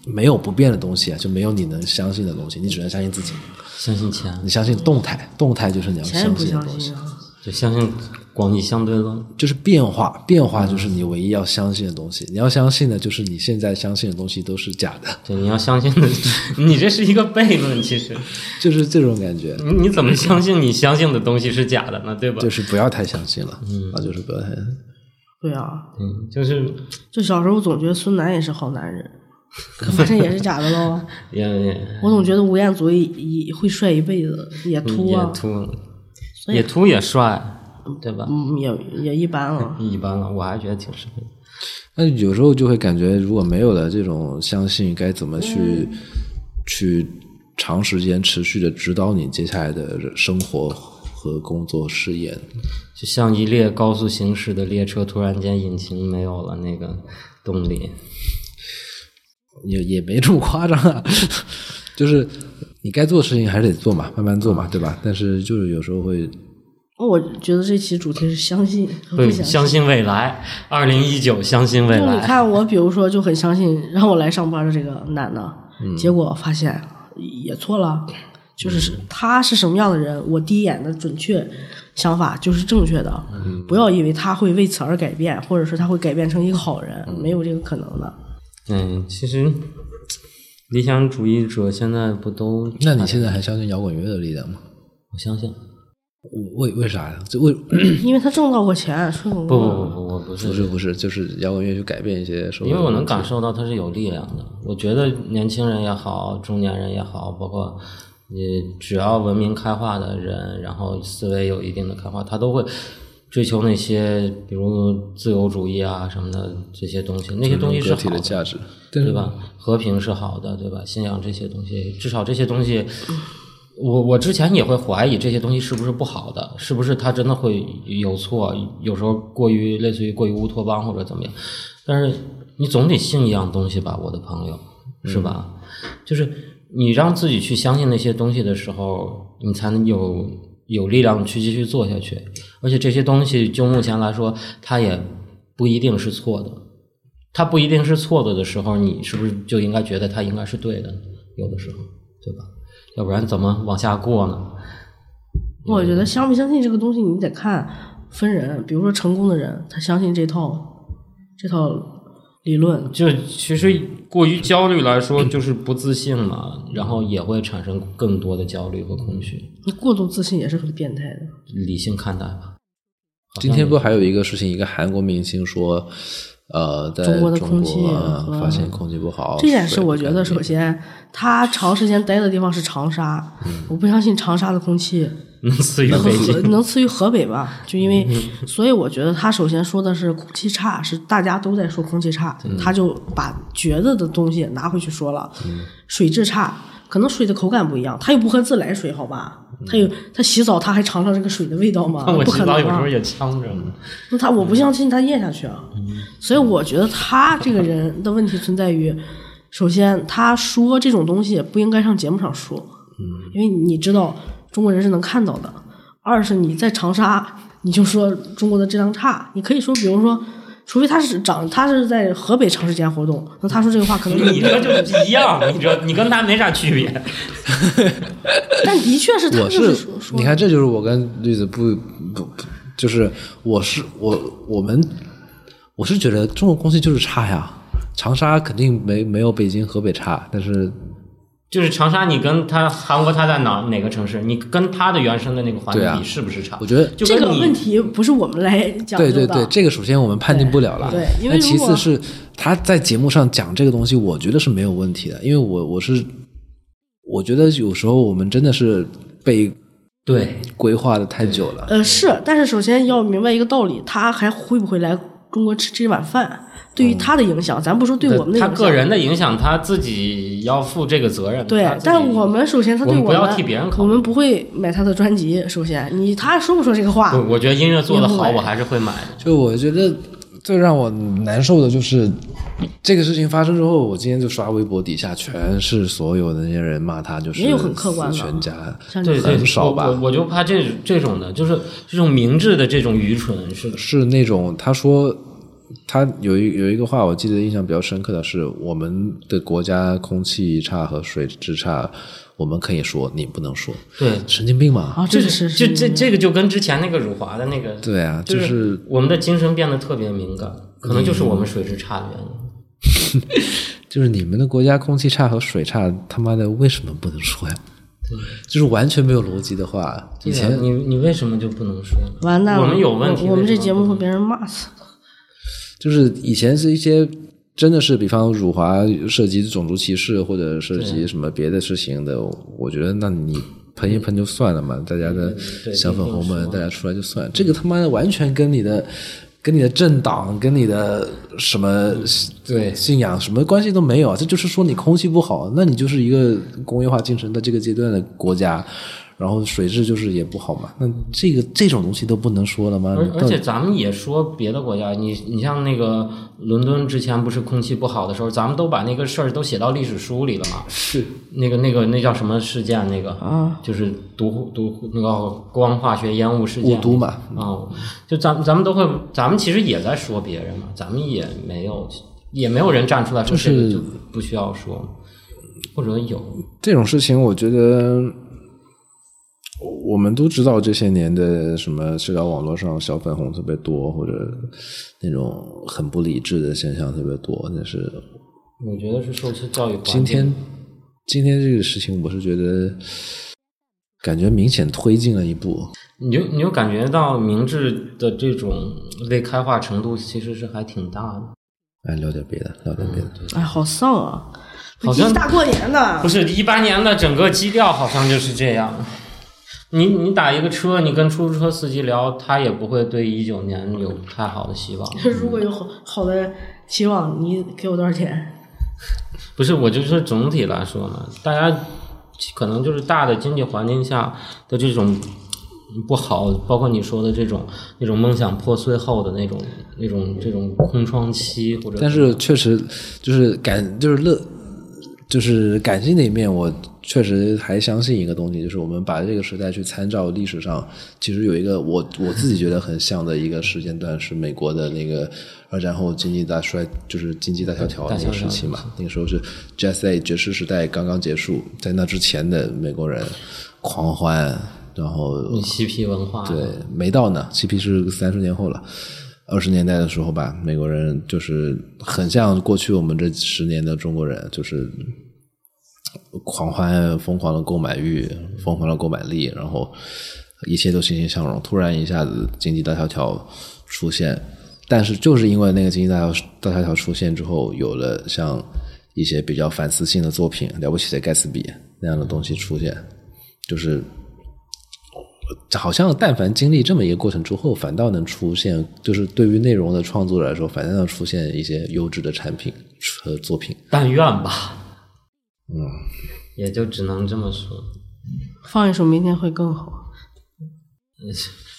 S2: 没有不变的东西啊，就没有你能相信的东西，你只能相信自己，
S1: 相信钱，
S2: 你相信动态，动态就是你要
S3: 钱也
S2: 相
S3: 不
S2: 信的
S3: 相
S2: 东西
S3: 信。啊，
S1: 就相信广义相对论。
S2: 就是变化，变化就是你唯一要相信的东西。你要相信的就是你现在相信的东西都是假的，
S1: 对，你要相信的，你这是一个悖论。其实，
S2: 就是这种感
S3: 嗯
S2: 觉。
S1: 你你怎么相信你相信的东西是假的呢？对吧？
S2: 就是不要太相信了，啊，就是不要太。
S3: 对啊，
S1: 嗯，就是
S3: 就小时候总觉得孙楠也是好男 人，可发现也是假的喽。
S1: 也也
S3: 我总觉得吴彦祖一一会帅一辈子，也秃
S1: 也
S3: 啊，
S1: 秃，
S3: 所以
S1: 也秃也帅，对吧？
S3: 嗯，也也一般啊了。
S1: 一般了，我还觉得挺帅的。
S2: 那有时候就会感觉，如果没有了这种相信，该怎么去、去长时间持续的指导你接下来的生活和工作事业？
S1: 就像一列高速行驶的列车，突然间引擎没有了那个动力，
S2: 也也没这么夸张啊，就是你该做的事情还是得做嘛，慢慢做嘛，对吧？但是就是有时候会，
S3: 哦我觉得这期主题是相信和不
S1: 会
S3: 相
S1: 相信未来。二零一九，相信未
S3: 就你
S1: 来。
S3: 看我，比如说就很相信让我来上班的这个男的，
S1: 嗯
S3: 结果发现也错了，就是是
S1: 嗯
S3: 他是什么样的人，我第一眼的准确想法就是正确的，
S1: 嗯
S3: 不要以为他会为此而改变，或者说他会改变成一个好人，没有这个可能的。
S1: 嗯，其实理想主义者现在不都？
S2: 那你现在还相信摇滚乐的力量吗？
S1: 我相信。
S2: 为为啥呀？这为
S3: 因为他挣到过钱，顺过
S1: 不不不不，我不是
S2: 不是不是，就是摇滚乐去改变一些社会
S1: 因
S2: 的问题，
S1: 为我能感受到它是有力量的。我觉得年轻人也好，中年人也好，包括你只要文明开化的人，然后思维有一定的开化，他都会追求那些比如自由主义啊什么的这些东西。那些东西是
S2: 个体
S1: 好
S2: 的价值，但是
S1: 对吧？和平是好的，对吧？信仰这些东西，至少这些东西，我我之前也会怀疑这些东西是不是不好的，是不是它真的会有错？有时候过于类似于过于乌托邦或者怎么样，但是你总得信一样东西吧，我的朋友，是吧？就是你让自己去相信那些东西的时候，你才能有有力量去继续做下去。而且这些东西就目前来说，它也不一定是错的。它不一定是错的的时候，你是不是就应该觉得它应该是对的？有的时候，对吧？要不然怎么往下过呢？
S3: 我
S1: 嗯
S3: 觉得相不相信这个东西，你得看分人。比如说成功的人，他相信这套这套理论，
S1: 就其实过于焦虑来说，就是不自信嘛，然后也会产生更多的焦虑和空虚。
S3: 你过度自信也是很变态的。
S1: 理性看待吧。
S2: 今天不还有一个事情，一个韩国明星说，呃，在
S3: 中
S2: 中
S3: 国的空气
S2: 啊
S3: 和
S2: 发现空气不
S1: 哦
S2: 好，
S3: 这件事，
S2: 水
S3: 我觉得
S2: 不干净
S3: 首先他长时间待的地方是长沙，
S1: 嗯
S3: 我不相信长沙的空气
S1: 能次于
S3: 和
S1: 北京
S3: 河，能次于河北吧？就因为，
S1: 嗯
S3: 所以我觉得他首先说的是空气差，是大家都在说空气差，
S1: 嗯
S3: 他就把觉得的东西拿回去说了。
S1: 嗯
S3: 水质差，可能水的口感不一样，他又不喝自来水，好吧？他有他洗澡，他还尝尝这个水的味 道吗？
S1: 嗯我
S3: 不
S1: 洗
S3: 可
S1: 澡
S3: 能啊
S1: 有时
S3: 吧
S1: 候？也呛着呢。
S3: 那他
S2: 嗯
S3: 我不相信他咽下去啊，所以我觉得他这个人的问题存在于，首先他说这种东西不应该上节目上
S2: 嗯
S3: 说，因为你知道中国人是能看到的；二是你在长沙你就说中国的质量差，你可以说，比如说。除非他是长，他是在河北长时间活动，那他说这个话可能啊就
S1: 你这个就一样，你这你跟他没啥区别。
S3: 但的确是他
S2: 我
S3: 就
S2: 是
S3: 是说，说
S2: 你看，这就是我跟绿子不不，不就是我是我我们我是觉得中国空气就是差呀，长沙肯定没没有北京、河北差，但是
S1: 就是长沙，你跟他韩国他在哪哪个城市？你跟他的原生的那个环
S2: 对
S1: 境
S2: 啊
S1: 比，是不是差？
S2: 我觉得
S1: 就
S3: 这
S1: 跟
S3: 个
S1: 你
S3: 问题不是我们来讲
S2: 对
S3: 究
S2: 对
S3: 的
S2: 对，这个首先我们判定不了了。
S3: 对对因为
S2: 那其
S3: 如果
S2: 次是他在节目上讲这个东西，我觉得是没有问题的，因为我我是我觉得有时候我们真的是被
S1: 对
S2: 规划的太久了。
S3: 呃，是，但是首先要明白一个道理，他还会不会来中国吃这碗饭，对于他的影响，咱不说对我们的影
S1: 嗯他
S3: 响，
S1: 个人的影响，他自己要负这个责任。
S3: 对
S1: 他自，己
S3: 但我们首先他对
S1: 我们
S3: 我
S1: 不要替别人考虑
S3: 我们不会买他的专辑。首先，你他说不说这个话
S1: 不，，我觉得音乐做的好，
S3: 明白
S1: 我还是会买的。
S2: 就我觉得最让我难受的就是这个事情发生之后，我今天就刷微博，底下全是所有的那些人骂他，就是
S3: 也有很客观的
S2: 死全家
S3: 像
S1: 对对，
S2: 很少吧
S1: 我我我就怕这这种的，就是这种明智的这种愚蠢是
S2: 是那种他说他有一有一个话，我记得印象比较深刻的是，我们的国家空气差和水质差，我们可以说，你不能说，
S1: 对，
S2: 神经病嘛？
S3: 啊，这个是
S1: 就是这这个就跟之前那个辱华的那个，
S2: 对啊，
S1: 就
S2: 就是是
S1: 我们的精神变得特别敏感，可能就是我们水质差的原
S2: 嗯
S1: 因。
S2: 就是你们的国家空气差和水差，他妈的为什么不能说呀？就是完全没有逻辑的话，以
S1: 对啊
S2: 前嗯
S1: 你你为什么就不能说呢？
S3: 完蛋了，
S1: 我们有问题，
S3: 我我们这
S1: 为什
S3: 节
S1: 么
S3: 目
S1: 不能
S3: 会被人骂死的。
S2: 就是以前是一些真的是，比方辱华涉及种族歧视或者涉及什么别的事情的，我我觉得那你喷一喷就算了嘛，大家的
S1: 嗯对
S2: 小粉红
S1: 一定
S2: 们
S1: 说
S2: 大家出来就算，这个他妈的完全跟你的。跟你的政党、跟你的什么
S1: 嗯对
S2: 信仰什么关系都没有，啊这就是说你空气不好，那你就是一个工业化进程的这个阶段的国家，然后水质就是也不好嘛，那这个这种东西都不能说了吗？
S1: 而
S2: 你
S1: 而
S2: 到
S1: 且咱们也说别的国家，你你像那个伦敦之前不是空气不好的时候，咱们都把那个事儿都写到历史书里了嘛。是那个那个那叫什么事件？那个啊，就是毒毒那个光化学烟雾事件，
S2: 雾都嘛
S1: 啊、就咱咱们都会，咱们其实也在说别人嘛，咱们也没有也没有人站出来说
S2: 就是
S1: 这个就不需要说，或者有
S2: 这种事情，我觉得我们都知道，这些年的什么社交网络上小粉红特别多，或者那种很不理智的现象特别多。但是
S1: 我觉得是受教育环境
S2: 今天，今天这个事情，我是觉得感觉明显推进了一步。
S1: 你就你就感觉到明智的这种未开化程度其实是还挺大的，
S2: 哎，聊点别的，聊点别的。
S3: 哎，好丧啊！
S1: 好像
S3: 一大过年的
S2: 啊
S1: 不，是一八年的整个基调好像就是这样。你你打一个车，你跟出租车司机聊，他也不会对一九年有太好的希望。
S3: 如果有好好的期望，你给我多少钱？
S1: 不是，我就说总体来说嘛，大家可能就是大的经济环境下的这种不好，包括你说的这种那种梦想破碎后的那种那种这种空窗期，或者
S2: 但是确实就是感就是乐，就是感性的一面，我确实还相信一个东西，就是我们把这个时代去参照历史上，其实有一个我我自己觉得很像的一个时间段是美国的那个二战后经济大衰，就是经济大萧条
S1: 大萧
S2: 那个
S1: 条
S2: 时期嘛，那个时候是 Jazz A 爵士时代刚刚结束，在那之前的美国人狂欢，然后
S1: 嬉皮文化，
S2: 对，没到呢，CP 是三十年后了，二十年代的时候吧，美国人就是很像过去我们这十年的中国人，就是狂欢、疯狂的购买欲、疯狂的购买力，然后一切都欣欣向荣。突然一下子经济大萧条出现，但是就是因为那个经济大萧大萧条出现之后，有了像一些比较反思性的作品，《了不起的盖茨比》那样的东西出现，就是好像但凡经历这么一个过程之后，反倒能出现，就是对于内容的创作者来说，反倒能出现一些优质的产品和作品。
S1: 但愿吧。嗯，也就只能这么说。
S3: 放一首，明天会更好。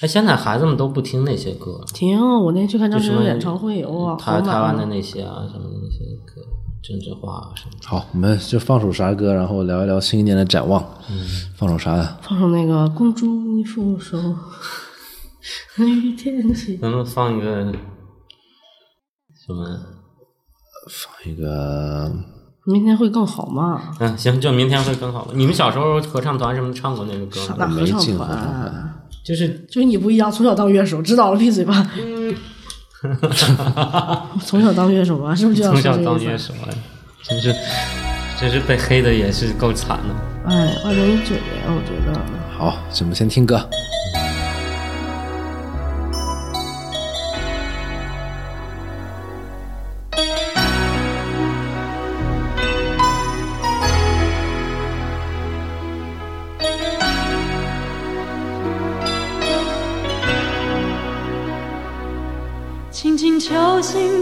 S1: 哎，现在孩子们都不听那些歌，
S3: 停，我那天去看张
S1: 就
S3: 学
S1: 什
S3: 友
S1: 么
S3: 演唱会，哇，好
S1: 台
S3: 满
S1: 台湾的
S3: 啊
S1: 那些啊，什么的那些歌，政治化啊什么的。
S2: 好，我们就放首啥歌，然后聊一聊新一年的展望。嗯，放首啥呀？
S3: 哎放首那个《公主你扶手》，雨天气，
S1: 咱们放一个什么？啊
S2: 放一个
S3: 明天会更好吗？
S1: 嗯、行，就明天会更好吧。你们小时候合唱团什么唱过那个歌
S3: 傻
S1: 吗？
S3: 大合唱
S2: 没劲
S3: 团
S2: 啊
S3: 啊，
S1: 就是
S3: 就是你不一样，从小当乐手，知道了，闭 嘴吧。从小当乐手吧，是不是就要
S1: 从
S3: 说
S1: 小
S3: 这
S1: 当
S3: 个
S1: 乐
S3: 意思？
S1: 手啊，真是真是被黑的也是够惨的。
S3: 哎，二零一九年，我觉得
S2: 好，咱们先听歌。
S5: 轻轻敲醒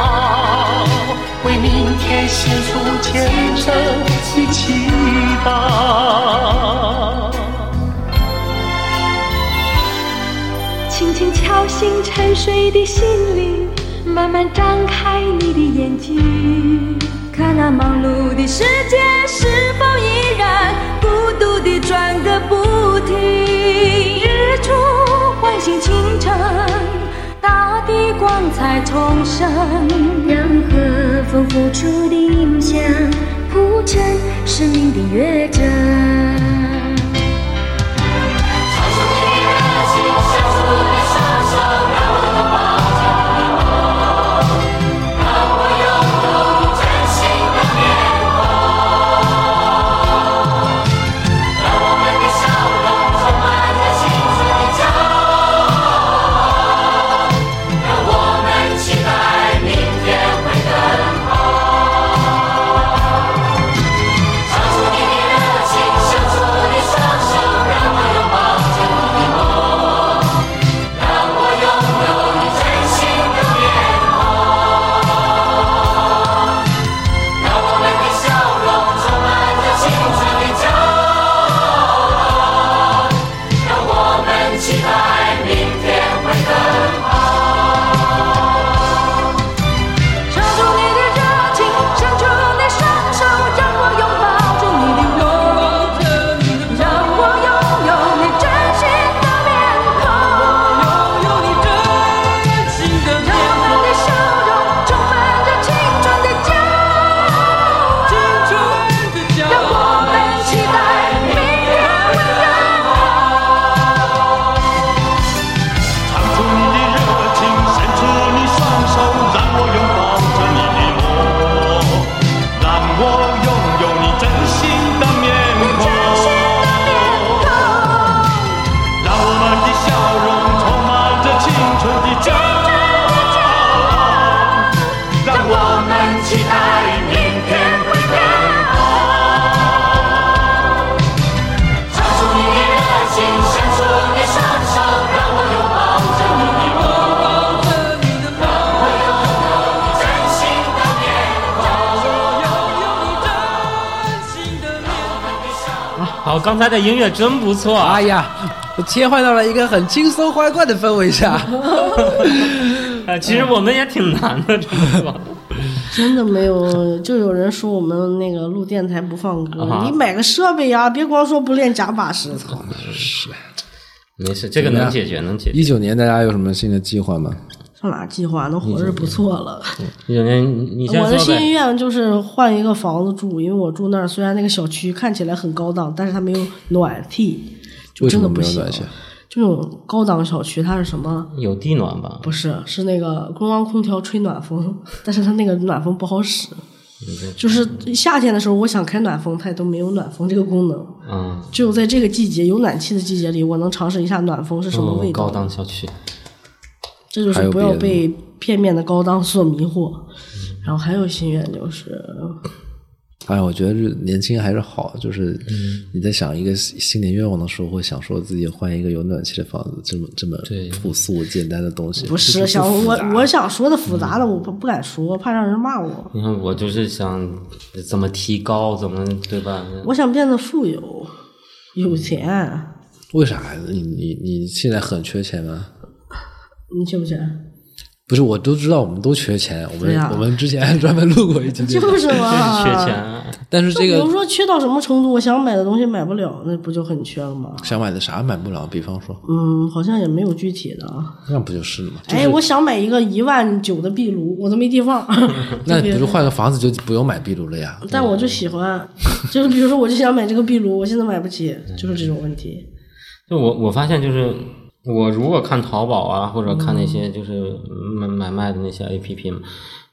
S6: 傲，为明天献出虔诚的祈祷。
S5: 轻轻敲醒沉睡的心灵，慢慢张开你的眼睛，看那忙碌的世界是否依然孤独地转个不停。日出唤醒清晨，大地光彩重生，
S7: 让和风拂出的音响谱成生命的乐章。
S5: 让
S1: 好，刚才的音乐真不错。啊
S2: 哎呀，我切换到了一个很轻松欢快的氛围 下。
S1: 呃，其实我们也挺难的，这么 说。
S3: 真的没有，就有人说我们那个录电台不放歌，
S1: 啊哈嗯
S3: 你买个设备呀、别光说不练假把式，操！
S1: 没事，这个能解决，能解决。
S2: 啊一九年大家有什么新的计划吗？
S3: 上哪儿计划能活着不错了。
S1: 一九年，你你先
S3: 我的
S1: 说
S3: 心
S1: 呗。
S3: 愿就是换一个房子住，因为我住那儿，虽然那个小区看起来很高档，但是它没有暖气，就
S2: 为什
S3: 真的
S2: 么
S3: 不
S2: 没有
S3: 行
S2: 暖气。啊
S3: 这种高档小区它是什么？
S1: 有地暖吧？
S3: 不是，是那个中央空调吹暖风，但是它那个暖风不好使。就是夏天的时候，我想开暖风，它也都没有暖风这个功能。
S1: 嗯，
S3: 只有在这个季节有暖气的季节里，我能尝试一下暖风是什么味
S1: 嗯
S3: 道。
S1: 高档小区。
S3: 这就
S2: 还
S3: 是
S2: 有
S3: 不要
S2: 别嗯
S3: 被片面的高档所迷惑。然后还有心愿就是，
S2: 哎，我觉得是年轻还是好，就是你在想一个新新年愿望的时候，会想说自己换一个有暖气的房子，这么这么
S1: 对
S2: 朴素简单的东西。
S3: 不是想我我想说的复杂的，我不不敢说，怕让人骂我。
S1: 你看，我就是想怎么提高，怎么对吧？
S3: 我想变得富有，有钱，
S2: 为啥？你你你现在很缺钱吗？
S3: 你缺不缺？
S2: 不是，我都知道，我们都缺钱。我们、
S3: 对啊
S2: 我们之前还专门录过一集这个，
S3: 就是
S1: 就是
S3: 嘛，
S1: 缺钱，
S2: 但是
S3: 就
S2: 这
S3: 比如
S2: 个
S3: 说缺到什么程度，我想买的东西买不了，那不就很缺了吗？
S2: 想买的啥买不了，比方说，
S3: 嗯，好像也没有具体的啊。
S2: 那不就是了吗？
S3: 哎，我想买一个一万九的壁炉，我都没地方。
S2: 那你不是换个房子就不用买壁炉了呀？
S3: 但我就喜欢，就是比如说，我就想买这个壁炉，我现在买不起，就是这种问题。
S1: 就我我发现就是。我如果看淘宝啊，或者看那
S3: 嗯
S1: 些就是买买卖的那些 A P P 嘛，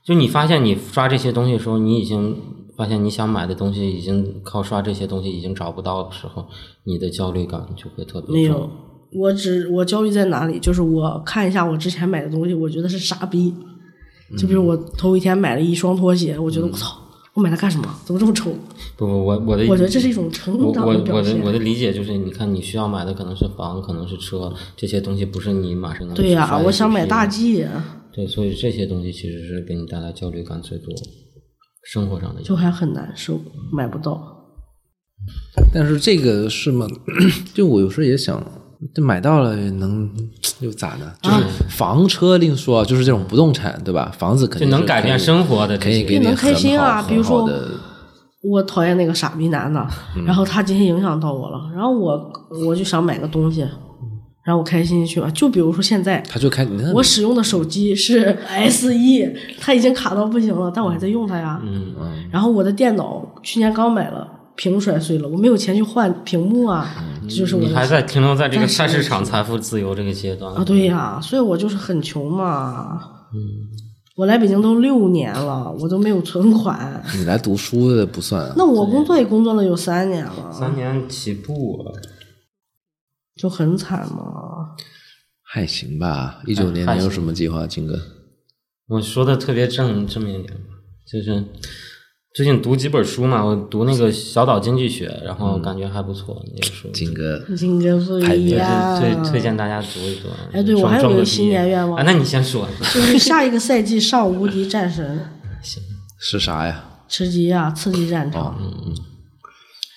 S1: 就你发现你刷这些东西的时候，你已经发现你想买的东西已经靠刷这些东西已经找不到的时候，你的焦虑感就会特别重。
S3: 没有，我只我焦虑在哪里？就是我看一下我之前买的东西，我觉得是傻逼。就
S1: 嗯
S3: 比如我头一天买了一双拖鞋，我觉得我操，我买它干什么？怎么这么丑？
S1: 不不，我我的
S3: 我觉得这是一种成
S1: 我
S3: 长
S1: 我
S3: 表
S1: 我的
S3: 现。
S1: 我的理解就是，你看你需要买的可能是房，可能是车，这些东西不是你马上能
S3: 对呀、
S1: 刷一
S3: 我
S1: 次
S3: 想买
S1: 屏
S3: 大 G，啊
S1: 对，所以这些东西其实是给你带来焦虑感最多，生活上的
S3: 就还很难受，买不到。
S2: 但是这个是吗？ 就我有时候也想，就买到了能又咋呢？
S3: 啊
S2: 就是房车另说，啊就是这种不动产对吧？房子肯
S1: 就
S2: 定是
S1: 能改变
S2: 可以
S1: 生活的这
S2: 可以
S1: 些
S2: 给你
S3: 能开心
S2: 很
S3: 啊
S2: 好
S3: 比如说
S2: 很好的
S3: 我讨厌那个傻逼男的，
S1: 嗯
S3: 然后他今天影响到我了，然后我我就想买个东西，然后我开心去吧。就比如说现在，
S2: 他就开，
S1: 嗯
S2: 你看
S3: 我使用的手 机是 S E，它已经卡到不行了，但我还在用它呀。嗯嗯。然后我的电脑去年刚买了，屏摔碎了，我没有钱去换屏幕啊，这就是我
S1: 嗯你
S3: 的
S1: 还在停留在这个
S3: 但是
S1: 菜市场财富自由这个阶段
S3: 啊，对呀、所以我就是很穷嘛。嗯。我来北京都六年了，我都没有存 款。
S2: 你来读书的不算啊，
S3: 那我工作也工作了有三年了，
S1: 三年起步啊，
S3: 就很惨嘛。
S2: 还行吧。一九
S3: 哎
S2: 年
S1: 还
S2: 你有
S1: 行
S2: 什么计划，金哥？
S1: 我说的特别正正面一点，就是最近读几本书嘛，我读那个小岛经济学，然后
S2: 嗯
S1: 感觉还不错，那个书
S2: 金哥，
S3: 金哥不
S2: 排
S3: 一
S2: 名
S3: 样，
S1: 推推荐大家读一读。啊
S3: 哎对我还有
S1: 装
S3: 一个
S1: 装逼
S3: 新年愿望
S1: 啊， 那你先说。
S3: 就是下一个赛季上无敌战神，
S1: 行，
S2: 是啥呀？
S3: 吃鸡啊，刺激战
S1: 哦
S3: 场。
S1: 嗯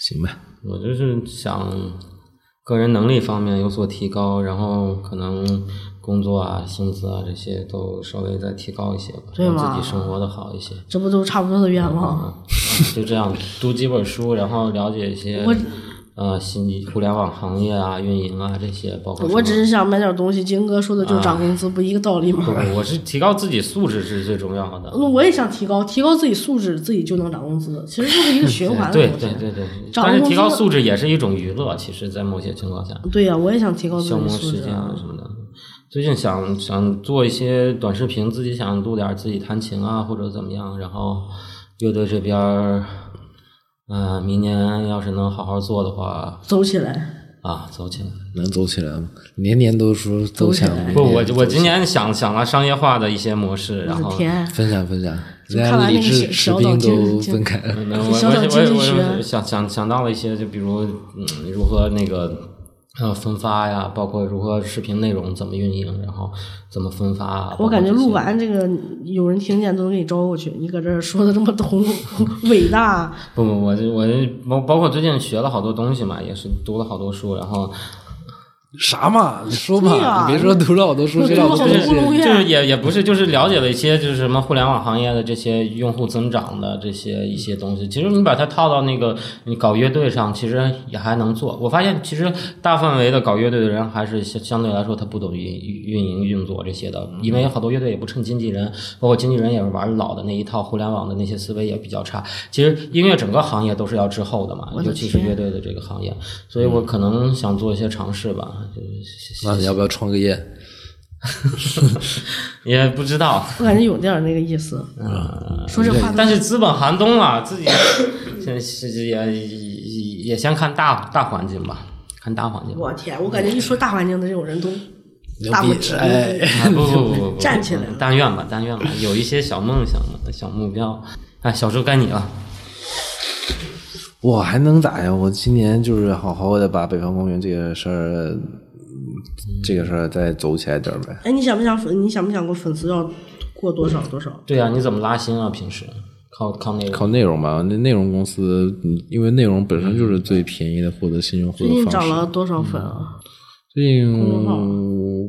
S2: 行吧，
S1: 我就是想个人能力方面有所提高，然后可能工作啊、薪资啊这些都稍微再提高一些吧，
S3: 对
S1: 让
S3: 吗
S1: 自己生活的好一些。
S3: 这不都差不多的愿望？
S1: 啊，就这样读几本书，然后了解一些
S3: 我
S1: 呃新互联网行业啊、运营啊这些，包括什么
S3: 我只是想买点东西，金哥说的就涨工资，不一个道理
S1: 不
S3: 吗？
S1: 不，我是提高自己素质是最重要的。
S3: 那我也想提高，提高自己素质，自己就能涨工资，其实就是一个循环的
S1: 对
S3: 东西
S1: 对。对对，
S3: 涨
S1: 但是
S3: 工
S1: 提高
S3: 资
S1: 素质也是一种娱乐，其实，在某些情况下，
S3: 嗯对呀、我也想提高自
S1: 消
S3: 己
S1: 磨
S3: 素
S1: 时
S3: 质
S1: 间啊。
S3: 啊
S1: 什么的。最近想想做一些短视频，自己想录点儿自己弹琴啊，或者怎么样。然后乐队这边儿，嗯、明年要是能好好做的话，
S3: 走起来，
S1: 啊，走起来。
S2: 能走起来吗？年年都说走起
S3: 走起
S2: 来，
S3: 来
S1: 不，
S2: 明
S1: 我
S2: 年
S1: 我今年想想了商业化的一些模式，然
S3: 我的
S1: 后。
S3: 天！啊
S2: 分享分享，人家
S3: 看完
S2: 李
S3: 那个
S2: 志士
S3: 小岛
S2: 兵都
S3: 经
S2: 分开了。
S1: 嗯没有我我
S3: 小小
S1: 我
S3: 经济
S1: 我
S3: 学啊
S1: 我想想想到了一些，就比如嗯，如何那个还有分发呀，包括如何视频内容怎么运营，然后怎么分发。啊包
S3: 我
S1: 括
S3: 感觉
S1: 这些
S3: 录完这个，有人听见都能给你招过去。你搁这儿说的这么宏 伟大，
S1: 不不，我这我这包包括最近学了好多东西嘛，也是读了好多书，然后
S2: 啥嘛？你说
S3: 对啊
S2: 嘛？你别说读了好多书，
S3: 读
S2: 学
S3: 了
S2: 了
S3: 好
S2: 好
S3: 多
S2: 多
S1: 就是
S2: 东
S3: 乌龙
S2: 西。
S3: 院
S1: 就是也也不是，就是了解了一些就是什么互联网行业的这些用户增长的这些一些东西。其实你把它套到那个你搞乐队上，其实也还能做。我发现其实大范围的搞乐队的人还是相相对来说他不懂运运营运作这些的，因为好多乐队也不趁经纪人，包括经纪人也是玩老的那一套互联网的那些思维也比较差。其实音乐整个行业都是要滞后的嘛，
S3: 我的
S1: 尤其是
S3: 天
S1: 乐队的这个行业，所以我可能想做一些尝试吧，就是
S2: 那你要不要创个业？
S1: 也不知道。
S3: 我感觉有点儿那个意思。
S1: 嗯
S3: 说这话都，
S1: 但是资本寒冬啊，自己 现是也也也先看大大环境吧，啊看大环境。
S3: 我天，啊我感觉一说大环境的这种人都
S2: 牛
S3: 大拇
S2: 逼！
S3: 指。
S2: 哎，
S1: 啊 不不不不不，
S3: 站起来了
S1: 但愿吧，但愿吧，有一些小梦想、小目标。哎，小周该你了。
S2: 我还能咋呀？我今年就是好好的把北方公园这个事儿，嗯这个事儿再走起来点儿呗。
S3: 哎，你想不想粉？你想不想过粉丝要过多少多少？
S1: 对啊，你怎么拉新啊？平时靠靠那个
S2: 靠内容吧，那内容公司，嗯因为内容本身就是最便宜的获得新用户
S3: 最
S2: 的方
S3: 近
S2: 式。
S3: 涨了多少粉啊？
S2: 最近
S3: 公众号啊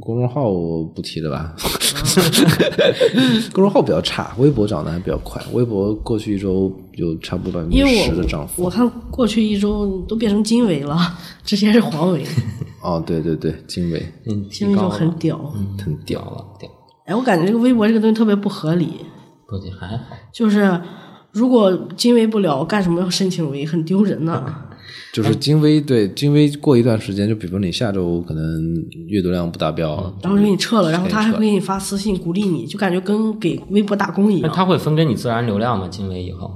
S2: 公众号我不提了吧， 公众号比较差，微博涨得还比较快。微博过去一周有差不多百分
S3: 因
S2: 之
S3: 为
S2: 十的涨
S3: 我我
S2: 幅。
S3: 看过去一周都变成金维了， 之前是黄维，
S2: 哦，对对对，经纬
S1: 嗯，
S3: 金维
S1: 提高
S3: 就
S1: 了嗯
S3: 很屌。
S2: 很
S1: 屌
S2: 屌。
S1: 了，屌。
S3: 哎，我感觉这个微博这个东西特别不合理，
S1: 不仅还好，
S3: 就是如果金维不了，干什么要申请维，很丢人呐、啊
S2: 就是金威，对金威过一段时间，就比如你下周可能阅读量不达标，
S3: 然后就给你撤了，然后他还
S2: 撤
S3: 会给你发私信鼓励你，就感觉跟给微博打工一
S1: 那
S3: 样。
S1: 他会分给你自然流量吗？金维以后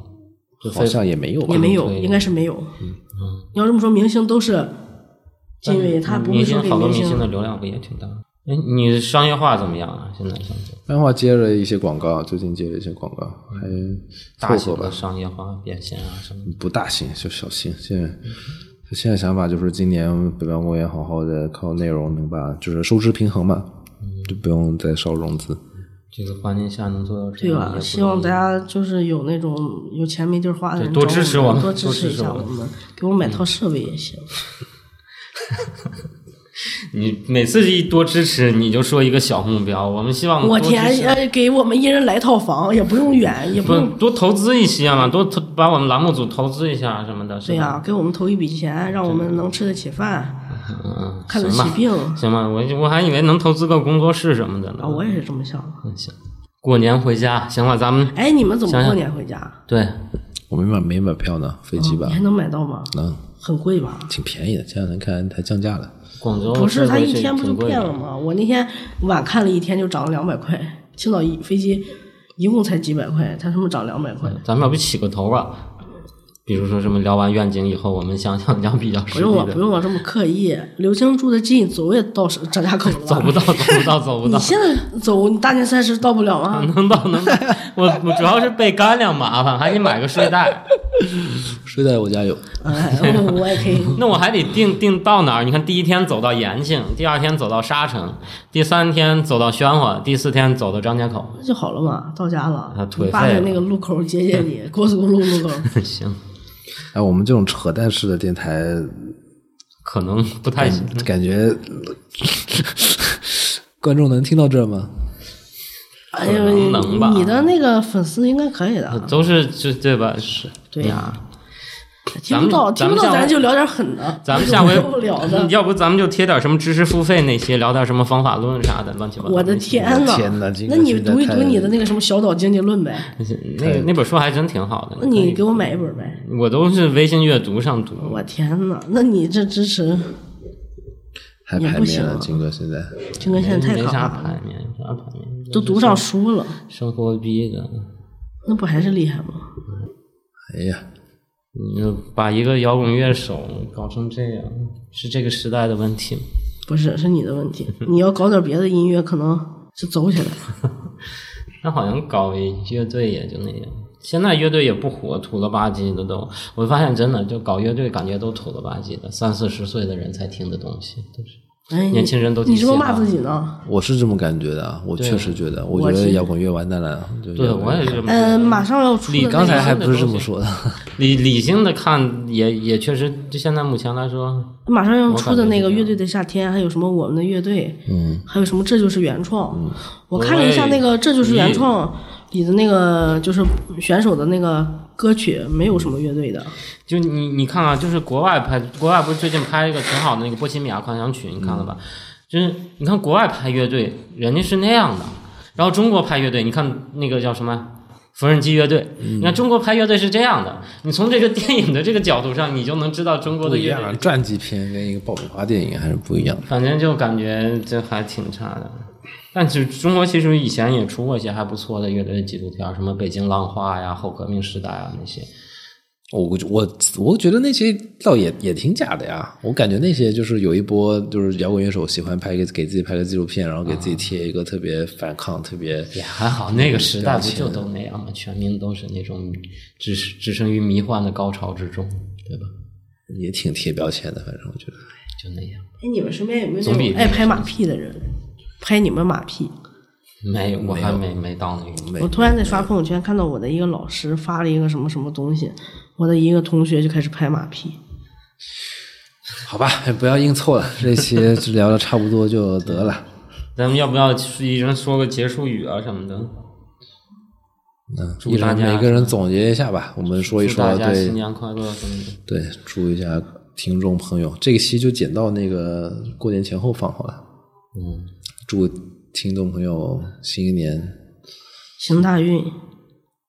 S1: 就
S2: 好
S1: 非
S2: 像也没有吧
S3: 也？没有，
S1: 对
S3: 应该是没有。你要这么说，明星都是金维，他不会
S1: 明
S3: 说
S1: 星
S3: 给
S1: 好多
S3: 明
S1: 明星
S3: 星
S1: 的流量不也挺大的？哎，你商业化怎么样啊？现在现在
S2: 漫画接了一些广告，最近接了一些广告，
S1: 大
S2: 还
S1: 型
S2: 凑合
S1: 的
S2: 吧，
S1: 商业化变现啊什么的？
S2: 不大行就小行。现在现在想法就是今年北方公园好好的靠内容能把就是收支平衡嘛，就不用再烧融资。
S1: 这个环境下能做到这
S3: 对
S1: 样
S3: 吧
S1: 嗯也？不
S3: 希望
S1: 容易
S3: 大家就是有那种有钱没地儿花的人
S1: 对多
S3: 找
S1: 支持
S3: 我
S1: 我们
S3: 多支
S1: 多
S3: 持一
S1: 支持
S3: 下
S1: 我
S3: 我
S1: 们嗯
S3: 们，给我买套设备也行。
S1: 你每次一多支持，你就说一个小目标，我们希望嗯多
S3: 我
S1: 支
S3: 天，
S1: 持
S3: 呃，给我们一人来套房，也不用远，也不
S1: 不
S3: 用
S1: 多投资一些嘛，多投把我们栏目组投资一下什么的，是
S3: 对呀
S1: 吧？，
S3: 给我们投一笔钱，让我们能吃得起饭，
S1: 嗯，
S3: 看得
S1: 行吧
S3: 起病
S1: 行吧，我我还以为能投资个工作室什么的呢。
S3: 啊！我也是这么想的。
S1: 嗯行，过年回家，行了，咱们
S3: 哎，你们怎么
S1: 想想
S3: 过年回家？
S1: 对
S2: 我没买没买票呢，飞机吧
S3: 你还能买到吗？
S1: 嗯
S2: 能
S3: 很贵吧？
S2: 挺便宜的，前两天看还降价了。
S1: 广州
S3: 不是，
S1: 飞
S3: 他
S1: 回
S3: 一
S1: 去
S3: 天不
S1: 哦
S3: 就
S1: 挺贵
S3: 变
S1: 的
S3: 了？吗？我那天晚看了一天就涨了两百块，青岛一飞机一共才几百块，他他妈涨两百块。
S1: 咱们要不起个头吧？比如说什么聊完愿景以后，我们想想 聊比较
S3: 不
S1: 实
S3: 用
S1: 际
S3: 我，不
S1: 的，
S3: 用我这么刻意。刘星住的近，走也到是张家口了吧。
S1: 走不到，走不到，走不
S3: 你
S1: 到。
S3: 现在走，你大年三十到不了啊。
S1: 能到能到，我我主要是备干粮麻烦，还得买个睡袋。
S2: 睡在我家有，
S3: 哎，我也可以。
S1: 那我还得定定到哪儿？你看，第一天走到延庆，第二天走到沙城，第三天走到宣化，第四天走到张家口。
S3: 那就好了嘛，到家了
S1: 啊。腿
S3: 你爸
S1: 废
S3: 在
S1: 了
S3: 那个路口接接 你，高速公路路口。
S1: 行，
S2: 哎，我们这种扯淡式的电台，
S1: 可能不太行。
S2: 感觉 观众能听到这儿吗？
S3: 哎呀，
S1: 能能吧
S3: 你的那个粉丝应该可以的。
S1: 都是就对吧？嗯是，
S3: 嗯对呀，
S1: 咱
S3: 听不
S1: 们
S3: 到，听
S1: 咱
S3: 不
S1: 们下
S3: 到，
S1: 回
S3: 咱就聊点狠的。
S1: 咱们下回嗯
S3: 受不了 的。
S1: 要不咱们就贴点什么知识付费那些，聊点什么方法论啥的，乱七八糟。
S3: 我的天呐！
S2: 天呐这个
S3: 那你
S2: 实在
S3: 读一
S2: 太
S3: 读你的那个什么《小岛经济论》呗？
S1: 那那本书还真挺好的。
S3: 那你给我买一本呗？
S1: 我都是微信阅读上读。
S3: 我天呐！那你这支持
S2: 还
S3: 也
S2: 排
S3: 不
S2: 面了，
S3: 行
S2: 金哥现在。
S3: 金哥现在太
S1: 没
S3: 可
S1: 啥
S3: 怕
S1: 排
S3: 了，
S1: 面，有啥排面？
S3: 都读上书了，
S1: 生活逼的。
S3: 那不还是厉害吗？
S2: 哎呀，
S1: 你就把一个摇滚乐手搞成这样，是这个时代的问题吗。
S3: 不是，是你的问题。你要搞点别的音乐，可能是走起来了。
S1: 那好像搞乐队也就那样，现在乐队也不火，土了吧唧的都。我发现真的，就搞乐队感觉都土了吧唧的，三四十岁的人才听的东西，都是。
S3: 哎，你
S1: 年轻人都
S3: 你这
S1: 挺
S3: 么
S1: 喜
S3: 骂
S1: 欢
S3: 自己呢？
S2: 我是这么感觉的啊，我确实觉得，我觉
S3: 我
S2: 得
S3: 是
S2: 摇滚乐完蛋了。就
S1: 对，
S2: 摇滚乐
S1: 我也是这么觉得。
S3: 呃，马上要出的
S1: 嗯你
S3: 那个
S2: 刚才还不是这么说的，
S1: 理理性的看也也确实，就现在目前来说，
S3: 马上要出的那
S1: 我感觉是这
S3: 个
S1: 样
S3: 乐队的夏天，还有什么我们的乐队，
S2: 嗯，
S3: 还有什么这就是原创。
S1: 嗯
S3: 我看了一下那个
S1: 喂
S3: 这就是原创里的那个就是选手的那个歌曲，没有什么乐队的。
S1: 就你你看啊，就是国外拍，国外不是最近拍一个挺好的那个《波西米亚狂想曲》，你看了吧？
S2: 嗯
S1: 就是你看国外拍乐队，人家是那样的，然后中国拍乐队，你看那个叫什么？缝纫机乐队，
S2: 嗯
S1: 你看中国拍乐队是这样的，你从这个电影的这个角度上，你就能知道中国
S2: 不
S1: 的
S2: 一
S1: 乐
S2: 样啊，
S1: 队，
S2: 传记片跟一个爆米花电影还是不一样的。
S1: 反正就感觉这还挺差的。但是中国其实以前也出过一些还不错的乐队的纪录片儿，什么《北京浪花》呀、《后革命时代》啊那些。
S2: 我我我我觉得那些倒也也挺假的呀，我感觉那些就是有一波就是摇滚乐手喜欢拍个给自己拍个纪录片，然后给自己贴一个特别反抗、特别
S1: 也还好，那个时
S2: 嗯
S1: 代不就都那样吗？全民都是那种置置身于迷幻的高潮之中，对吧？
S2: 也挺贴标签的，反正我觉得
S1: 就那样。
S3: 哎，你们身边有没有
S1: 总比
S3: 那种爱拍马屁的人？拍你们马屁？
S1: 没，我还没没到那个。
S2: 没
S3: 我突然在刷朋友圈看到我的一个老师发了一个什么什么东西，我的一个同学就开始拍马屁。
S2: 好吧， 不要硬凑了，这期就聊的差不多就得了。
S1: 咱们要不要一人说个结束语啊什么的？
S2: 嗯，
S1: 祝
S2: 一人
S1: 大家
S2: 每个人总结一下吧，我们说一
S1: 祝大
S2: 说
S1: 家
S2: 对
S1: 新年快乐什么的。
S2: 对，祝一下听众朋友，这个期就剪到那个过年前后放好了。
S1: 嗯，
S2: 祝听众朋友新一年
S3: 行大运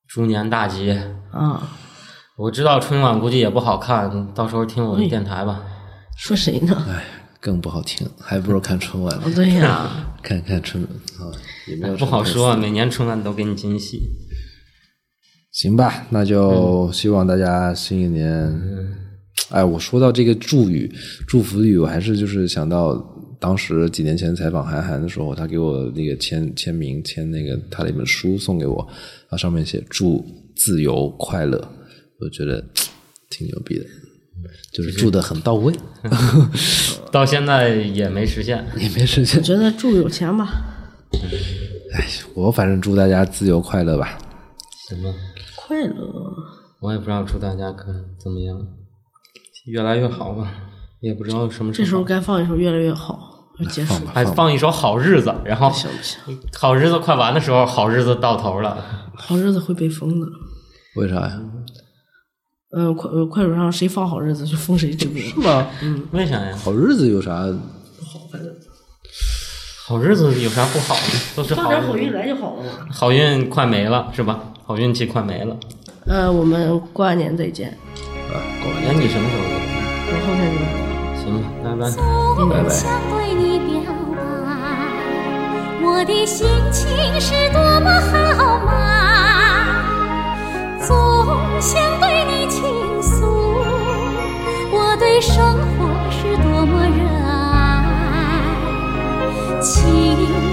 S1: 猪年大吉！
S3: 啊！
S1: 我知道春晚估计也不好看，到时候听我的电台吧。
S3: 说谁呢？
S2: 更不好听，还不如看春晚，
S3: 不对呀、
S2: 看看春晚啊，也没有
S1: 不好
S2: 什么
S1: 说，啊每年春晚都给你惊喜。
S2: 行吧，那
S3: 嗯
S2: 就希望大家新一年。哎，我说到这个祝语、祝福语，我还是就是想到当时几年前采访韩寒的时候，他给我那个签签名，签那个他的一本书送给我，然后上面写“祝自由快乐”，我觉得挺牛逼的，就是祝的很到位，
S1: 到现在也没实现。
S2: 也没实现
S3: 我。觉得祝有钱吧。
S2: 哎， 我反正祝大家自由快乐吧。
S1: 行吧，
S3: 快乐，
S1: 我也不知道祝大家可怎么样，越来越好吧。也不知道什么时
S3: 这时
S1: 候
S3: 候该放一首《越来越好》要结束
S2: 放吧
S3: 了，
S1: 还放一首《好日子》，然后
S3: 不行不行，
S1: 好日子快完的时候，好日子到头了。
S3: 好日子会被封的。
S2: 为啥呀？
S3: 嗯，快呃快手上谁放好日子就封谁直播，是吗？嗯，
S1: 为啥呀？
S2: 好日子有啥？啊
S1: 好日子有啥不好呢？都是
S3: 放
S1: 好
S3: 点好
S1: 日
S3: 运
S1: 子，
S3: 来就好了嘛。
S1: 好运快没了是吧？好运气快没了。
S3: 呃，我们过完年再见，
S1: 哎，你什么时候？
S3: 我后天就。
S1: 行吧，拜拜。
S5: 从不想对你表白，我的心情是多么豪迈，总想对你倾诉，我对生活是多么热爱，请啊